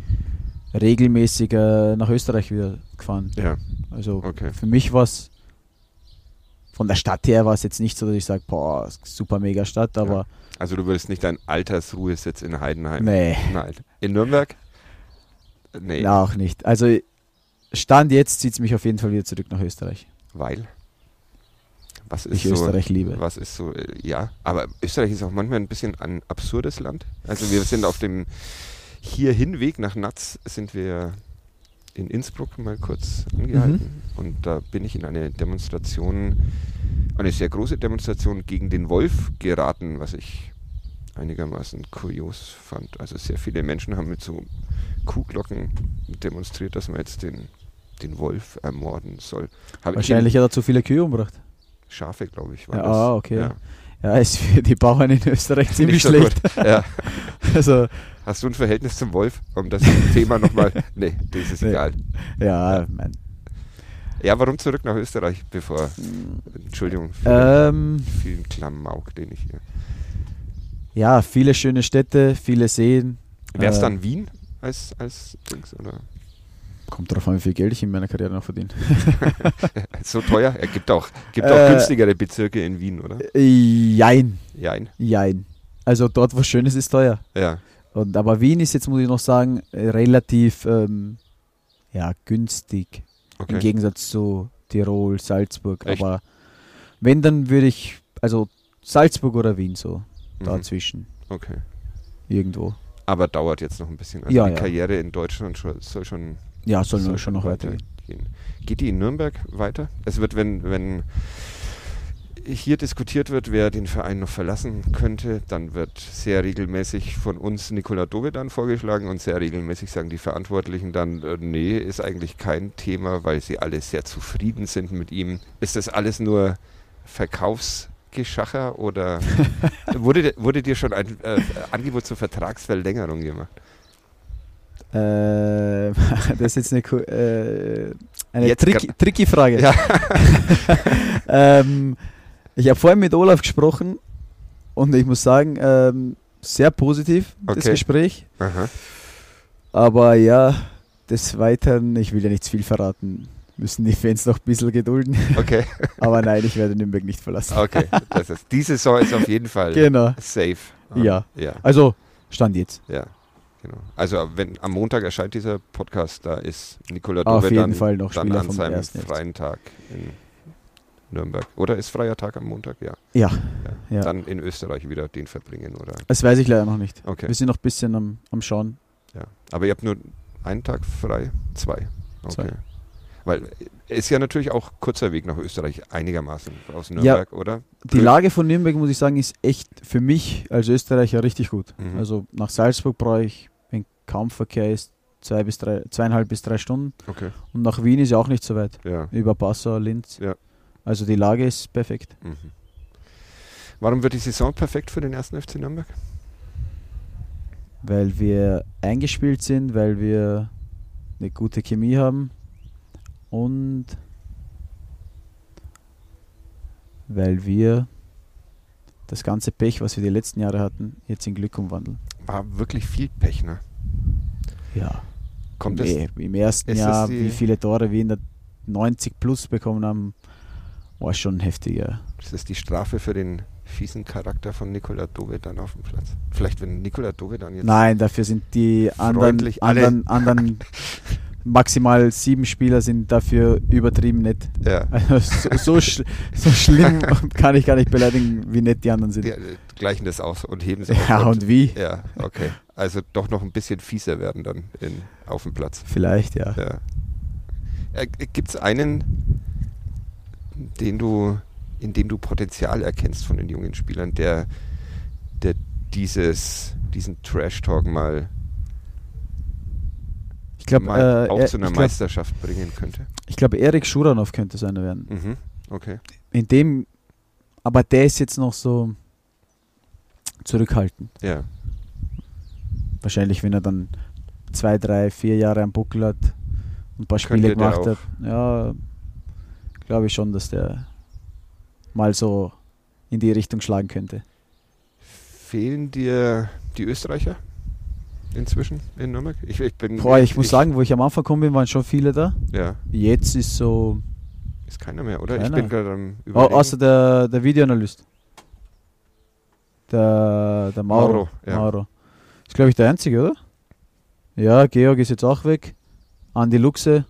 [SPEAKER 3] regelmäßig äh, nach Österreich wieder gefahren.
[SPEAKER 2] Ja,
[SPEAKER 3] Also
[SPEAKER 2] okay.
[SPEAKER 3] für mich war es von der Stadt her war es jetzt nicht so, dass ich sage, boah, super mega Stadt, aber
[SPEAKER 2] Also du würdest nicht deinen Altersruhesitz in Heidenheim.
[SPEAKER 3] nee.
[SPEAKER 2] Nein. In Nürnberg? Nee.
[SPEAKER 3] Ja, auch nicht. Also Stand jetzt zieht es mich auf jeden Fall wieder zurück nach Österreich.
[SPEAKER 2] Weil? Was ist
[SPEAKER 3] Ich
[SPEAKER 2] so?
[SPEAKER 3] Österreich liebe.
[SPEAKER 2] Was ist so, äh, ja, aber Österreich ist auch manchmal ein bisschen ein absurdes Land. Also wir sind auf dem hierhin Weg nach Natz sind wir in Innsbruck mal kurz angehalten
[SPEAKER 3] Mhm.
[SPEAKER 2] und da bin ich in eine Demonstration, eine sehr große Demonstration gegen den Wolf geraten, was ich einigermaßen kurios fand. Also sehr viele Menschen haben mit so Kuhglocken demonstriert, dass man jetzt den, den Wolf ermorden soll. Hab ich
[SPEAKER 3] Wahrscheinlich hat er zu viele Kühe umgebracht.
[SPEAKER 2] in- Schafe, glaube ich, war
[SPEAKER 3] Ja,
[SPEAKER 2] das.
[SPEAKER 3] ah, okay. Ja, ist für die Bauern in Österreich ziemlich
[SPEAKER 2] Nicht so
[SPEAKER 3] schlecht.
[SPEAKER 2] gut. Ja.
[SPEAKER 3] Also,
[SPEAKER 2] Hast du ein Verhältnis zum Wolf? Um das Thema nochmal. Nee, das ist
[SPEAKER 3] Nee.
[SPEAKER 2] egal.
[SPEAKER 3] ja, mein.
[SPEAKER 2] Ja, warum zurück nach Österreich, bevor.
[SPEAKER 3] Hm.
[SPEAKER 2] Entschuldigung für
[SPEAKER 3] Ähm,
[SPEAKER 2] den vielen Klamauk, den ich hier.
[SPEAKER 3] ja, viele schöne Städte, viele Seen.
[SPEAKER 2] Wäre es
[SPEAKER 3] Äh,
[SPEAKER 2] dann Wien als, als Dings? Oder?
[SPEAKER 3] Kommt drauf an, wie viel Geld ich in meiner Karriere noch verdiene.
[SPEAKER 2] So teuer? Es gibt auch, gibt auch
[SPEAKER 3] Äh,
[SPEAKER 2] günstigere Bezirke in Wien, oder?
[SPEAKER 3] Jein,
[SPEAKER 2] Jein.
[SPEAKER 3] jein. Also dort, wo schön ist, ist teuer.
[SPEAKER 2] Ja.
[SPEAKER 3] Und, aber Wien ist jetzt, muss ich noch sagen, äh, relativ ähm, ja, günstig. Im
[SPEAKER 2] Okay.
[SPEAKER 3] Gegensatz zu Tirol, Salzburg.
[SPEAKER 2] Echt?
[SPEAKER 3] Aber wenn, dann würde ich, also Salzburg oder Wien so,
[SPEAKER 2] Mhm.
[SPEAKER 3] dazwischen,
[SPEAKER 2] okay.
[SPEAKER 3] irgendwo.
[SPEAKER 2] Aber dauert jetzt noch ein bisschen. Also
[SPEAKER 3] Ja,
[SPEAKER 2] die
[SPEAKER 3] ja.
[SPEAKER 2] Karriere in Deutschland schon, soll schon
[SPEAKER 3] Ja, soll
[SPEAKER 2] Soll
[SPEAKER 3] noch- schon noch weitergehen.
[SPEAKER 2] weitergehen. Geht die in Nürnberg weiter? Es wird, wenn, wenn hier diskutiert wird, wer den Verein noch verlassen könnte, dann wird sehr regelmäßig von uns Nikola Dovedan vorgeschlagen und sehr regelmäßig sagen die Verantwortlichen dann, äh, nee, ist eigentlich kein Thema, weil sie alle sehr zufrieden sind mit ihm. Ist das alles nur Verkaufsgeschacher oder wurde, dir- wurde dir schon ein äh, Angebot zur Vertragsverlängerung gemacht?
[SPEAKER 3] Ähm, das ist jetzt eine, ku- äh, eine
[SPEAKER 2] Jetzt
[SPEAKER 3] tricky, tricky Frage.
[SPEAKER 2] Ja.
[SPEAKER 3] ähm, Ich habe vorhin mit Olaf gesprochen und ich muss sagen, ähm, sehr positiv das
[SPEAKER 2] Okay.
[SPEAKER 3] Gespräch.
[SPEAKER 2] Aha.
[SPEAKER 3] Aber ja, des Weiteren, ich will ja nicht zu viel verraten, müssen die Fans noch ein bisschen gedulden.
[SPEAKER 2] Okay,
[SPEAKER 3] Aber nein, ich werde Nürnberg nicht verlassen.
[SPEAKER 2] okay. Das ist, die Saison ist auf jeden Fall
[SPEAKER 3] Genau.
[SPEAKER 2] safe.
[SPEAKER 3] Ja.
[SPEAKER 2] Ja,
[SPEAKER 3] Also, Stand jetzt.
[SPEAKER 2] ja. Genau. Also wenn am Montag erscheint dieser Podcast, da ist Nikola
[SPEAKER 3] Auf
[SPEAKER 2] Dove
[SPEAKER 3] jeden
[SPEAKER 2] dann,
[SPEAKER 3] Fall noch
[SPEAKER 2] dann
[SPEAKER 3] Spieler
[SPEAKER 2] an
[SPEAKER 3] vom
[SPEAKER 2] seinem
[SPEAKER 3] ersten. FC.
[SPEAKER 2] freien Tag in Nürnberg. Oder ist freier Tag am Montag? Ja.
[SPEAKER 3] Ja,
[SPEAKER 2] ja.
[SPEAKER 3] ja.
[SPEAKER 2] Dann in Österreich wieder den verbringen, oder?
[SPEAKER 3] Das weiß ich leider noch nicht.
[SPEAKER 2] Okay.
[SPEAKER 3] Wir sind noch ein bisschen am, am Schauen.
[SPEAKER 2] Ja. Aber ihr habt nur einen Tag frei? Zwei. Okay.
[SPEAKER 3] Zwei.
[SPEAKER 2] Weil äh, ist ja natürlich auch kurzer Weg nach Österreich, einigermaßen aus Nürnberg, oder?
[SPEAKER 3] Die Lage von Nürnberg, muss ich sagen, ist echt für mich als Österreicher richtig gut.
[SPEAKER 2] Mhm.
[SPEAKER 3] Also nach Salzburg brauche ich, wenn kaum Verkehr ist, zwei bis drei, zweieinhalb bis drei Stunden.
[SPEAKER 2] Okay.
[SPEAKER 3] Und nach Wien ist ja auch nicht so weit.
[SPEAKER 2] Ja.
[SPEAKER 3] Über Passau, Linz.
[SPEAKER 2] Ja.
[SPEAKER 3] Also die Lage ist perfekt.
[SPEAKER 2] Mhm. Warum wird die Saison perfekt für den ersten FC Nürnberg?
[SPEAKER 3] Weil wir eingespielt sind, weil wir eine gute Chemie haben und weil wir das ganze Pech, was wir die letzten Jahre hatten, jetzt in Glück umwandeln.
[SPEAKER 2] War wirklich viel Pech, ne?
[SPEAKER 3] Ja.
[SPEAKER 2] Kommt das?
[SPEAKER 3] Nee, Im ersten
[SPEAKER 2] ist das
[SPEAKER 3] Jahr,
[SPEAKER 2] die-
[SPEAKER 3] wie viele Tore wir in der 90 plus bekommen haben, war schon heftig. Ja.
[SPEAKER 2] Ist das die Strafe für den fiesen Charakter von Nikola Dove dann auf dem Platz? Vielleicht, wenn Nikola Dove dann jetzt.
[SPEAKER 3] Nein, dafür sind die anderen,
[SPEAKER 2] Freundlich alle.
[SPEAKER 3] anderen, anderen maximal sieben Spieler sind dafür übertrieben nett.
[SPEAKER 2] Ja.
[SPEAKER 3] Also so, so, sch so schlimm kann ich gar nicht beleidigen, wie nett die anderen sind.
[SPEAKER 2] Die
[SPEAKER 3] Ja,
[SPEAKER 2] äh, gleichen das aus und heben sie auf.
[SPEAKER 3] und wie?
[SPEAKER 2] ja, okay. Also doch noch ein bisschen fieser werden dann in, auf dem Platz.
[SPEAKER 3] Vielleicht, ja.
[SPEAKER 2] Ja. Gibt es einen, den du, in dem du Potenzial erkennst von den jungen Spielern, der, der dieses, diesen Trash-Talk mal,
[SPEAKER 3] Ich glaube,
[SPEAKER 2] mal auch
[SPEAKER 3] äh,
[SPEAKER 2] zu einer
[SPEAKER 3] ich glaub,
[SPEAKER 2] Meisterschaft bringen könnte?
[SPEAKER 3] ich glaub, Erik Schuranov könnte so einer werden.
[SPEAKER 2] Mhm. Okay.
[SPEAKER 3] In dem, aber der ist jetzt noch so zurückhaltend.
[SPEAKER 2] Ja.
[SPEAKER 3] wahrscheinlich, wenn er dann zwei, drei, vier Jahre am Buckel hat und ein paar
[SPEAKER 2] Könnte
[SPEAKER 3] Spiele
[SPEAKER 2] der
[SPEAKER 3] gemacht
[SPEAKER 2] auch.
[SPEAKER 3] hat, ja, glaube ich schon, dass der mal so in die Richtung schlagen könnte.
[SPEAKER 2] Fehlen dir die Österreicher inzwischen in Nürnberg? Ich, ich bin.
[SPEAKER 3] Boah, ich muss sagen, wo ich am Anfang gekommen bin, waren schon viele da.
[SPEAKER 2] Ja,
[SPEAKER 3] Jetzt ist so,
[SPEAKER 2] ist keiner mehr, oder? Ich
[SPEAKER 3] Keiner.
[SPEAKER 2] bin gerade am
[SPEAKER 3] au
[SPEAKER 2] Überlegen.
[SPEAKER 3] außer der, der Videoanalyst. Der, der Mauro.
[SPEAKER 2] Mauro, ja.
[SPEAKER 3] Mauro. Ist, glaube ich, der Einzige, oder? Ja, Georg ist jetzt auch weg. Andi Luxe.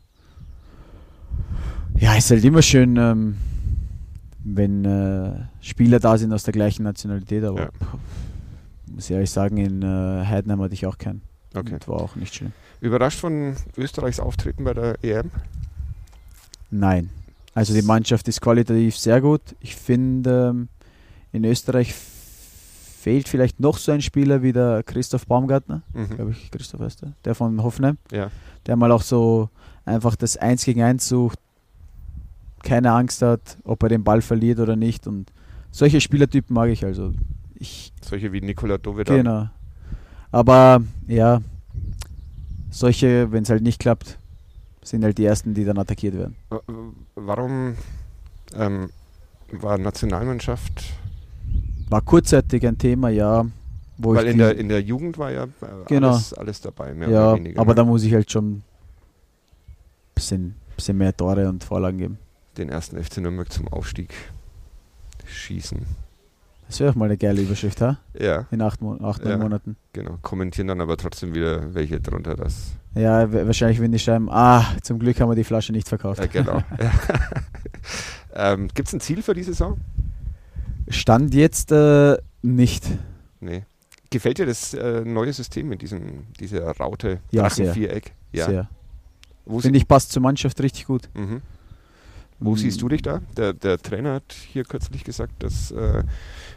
[SPEAKER 3] Ja, ist halt immer schön, ähm, wenn äh, Spieler da sind aus der gleichen Nationalität, aber
[SPEAKER 2] Ja.
[SPEAKER 3] pff, muss ich ehrlich sagen, in äh, Heidenheim hatte ich auch keinen.
[SPEAKER 2] Okay.
[SPEAKER 3] Und war auch nicht schlimm.
[SPEAKER 2] Überrascht von Österreichs Auftreten bei der E EM?
[SPEAKER 3] Nein. Also die Mannschaft ist qualitativ sehr gut. Ich finde, ähm, in Österreich f- fehlt vielleicht noch so ein Spieler wie der Christoph Baumgartner,
[SPEAKER 2] Mhm.
[SPEAKER 3] glaube ich, Christoph heißt der, der von Hoffenheim,
[SPEAKER 2] Ja.
[SPEAKER 3] der mal auch so einfach das Eins gegen Eins sucht, keine Angst hat, ob er den Ball verliert oder nicht. Und solche Spielertypen mag ich also. Ich,
[SPEAKER 2] Solche wie Nikola Dove dann.
[SPEAKER 3] genau. Aber ja, solche, wenn es halt nicht klappt, sind halt die ersten, die dann attackiert werden.
[SPEAKER 2] Wa- Warum ähm, war Nationalmannschaft?
[SPEAKER 3] War kurzzeitig ein Thema, ja. Wo
[SPEAKER 2] Weil
[SPEAKER 3] ich
[SPEAKER 2] in
[SPEAKER 3] die-
[SPEAKER 2] der, in der Jugend war ja äh,
[SPEAKER 3] Genau.
[SPEAKER 2] alles, alles dabei, mehr
[SPEAKER 3] ja,
[SPEAKER 2] oder weniger.
[SPEAKER 3] aber da
[SPEAKER 2] ne?
[SPEAKER 3] muss ich halt schon ein bisschen, bisschen mehr Tore und Vorlagen geben.
[SPEAKER 2] den ersten FC Nürnberg zum Aufstieg schießen.
[SPEAKER 3] Das wäre auch mal eine geile Überschrift, ha?
[SPEAKER 2] Ja,
[SPEAKER 3] In acht, Mon acht
[SPEAKER 2] Ja.
[SPEAKER 3] neun Monaten.
[SPEAKER 2] genau. Kommentieren dann aber trotzdem wieder welche drunter, das.
[SPEAKER 3] Ja, w- wahrscheinlich wenn die schreiben, ah, zum Glück haben wir die Flasche nicht verkauft.
[SPEAKER 2] Äh, genau. ähm, Gibt es ein Ziel für die Saison?
[SPEAKER 3] Stand jetzt äh, nicht.
[SPEAKER 2] Nee. Gefällt dir das äh, neue System mit diesem, dieser Raute,
[SPEAKER 3] Ja, sehr.
[SPEAKER 2] Drachenviereck?
[SPEAKER 3] Sehr.
[SPEAKER 2] Wo, sie,
[SPEAKER 3] Finde ich, passt zur Mannschaft richtig gut.
[SPEAKER 2] mhm.
[SPEAKER 3] Ähm,
[SPEAKER 2] Wo siehst du dich da? Der, der Trainer hat hier kürzlich gesagt, dass äh,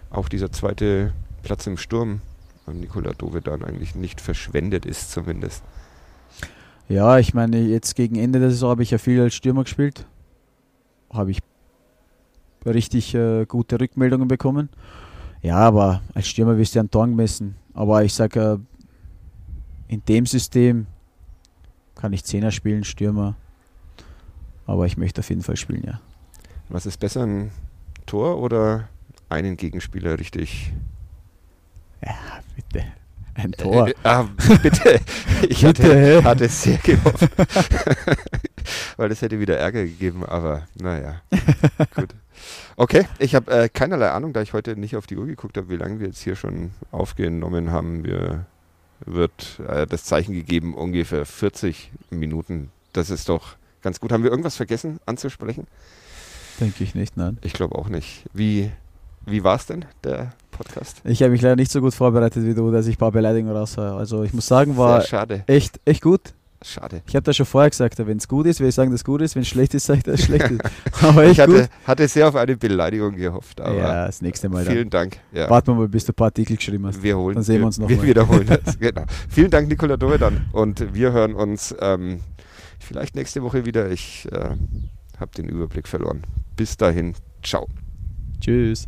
[SPEAKER 2] auch dieser zweite Platz im Sturm an Nikola Dove dann eigentlich nicht verschwendet ist, zumindest.
[SPEAKER 3] Ja, ich meine, jetzt gegen Ende der Saison habe ich ja viel als Stürmer gespielt. Habe ich richtig äh, gute Rückmeldungen bekommen. Ja, aber als Stürmer wirst du an Toren gemessen. Aber ich sage, äh, in dem System kann ich Zehner spielen, Stürmer. Aber ich möchte auf jeden Fall spielen, ja.
[SPEAKER 2] Was ist besser, ein Tor oder einen Gegenspieler richtig?
[SPEAKER 3] Ja, bitte. Ein Tor.
[SPEAKER 2] Äh, ah, bitte. Ich
[SPEAKER 3] Bitte.
[SPEAKER 2] hatte, hatte sehr gehofft. Weil das hätte wieder Ärger gegeben, aber naja. Gut. Okay, ich habe äh, keinerlei Ahnung, da ich heute nicht auf die Uhr geguckt habe, wie lange wir jetzt hier schon aufgenommen haben. Wir wird äh, das Zeichen gegeben, ungefähr 40 Minuten. Das ist doch ganz gut. Haben wir irgendwas vergessen anzusprechen?
[SPEAKER 3] Denke ich nicht, nein.
[SPEAKER 2] Ich glaube auch nicht. Wie, wie war es denn, der Podcast?
[SPEAKER 3] Ich habe mich leider nicht so gut vorbereitet wie du, dass ich ein paar Beleidigungen raushaue. Also ich muss sagen, war
[SPEAKER 2] Sehr schade.
[SPEAKER 3] echt, echt gut.
[SPEAKER 2] Schade.
[SPEAKER 3] Ich habe das schon vorher gesagt, wenn es gut ist, will ich sagen, dass es gut ist. Wenn es schlecht ist, sage ich, dass es schlecht ist. Aber echt
[SPEAKER 2] Ich
[SPEAKER 3] gut.
[SPEAKER 2] hatte, hatte sehr auf eine Beleidigung gehofft, aber
[SPEAKER 3] ja, das nächste Mal dann.
[SPEAKER 2] vielen Dank. Ja.
[SPEAKER 3] Warten wir mal, bis du ein paar Artikel geschrieben hast.
[SPEAKER 2] Wir holen,
[SPEAKER 3] Dann sehen wir uns noch
[SPEAKER 2] Wir
[SPEAKER 3] mal.
[SPEAKER 2] wiederholen das. Genau. Vielen Dank, Nicola Dovedan. Und wir hören uns ähm, vielleicht nächste Woche wieder. Ich äh, habe den Überblick verloren. Bis dahin. Ciao. Mhm.
[SPEAKER 3] Tschüss.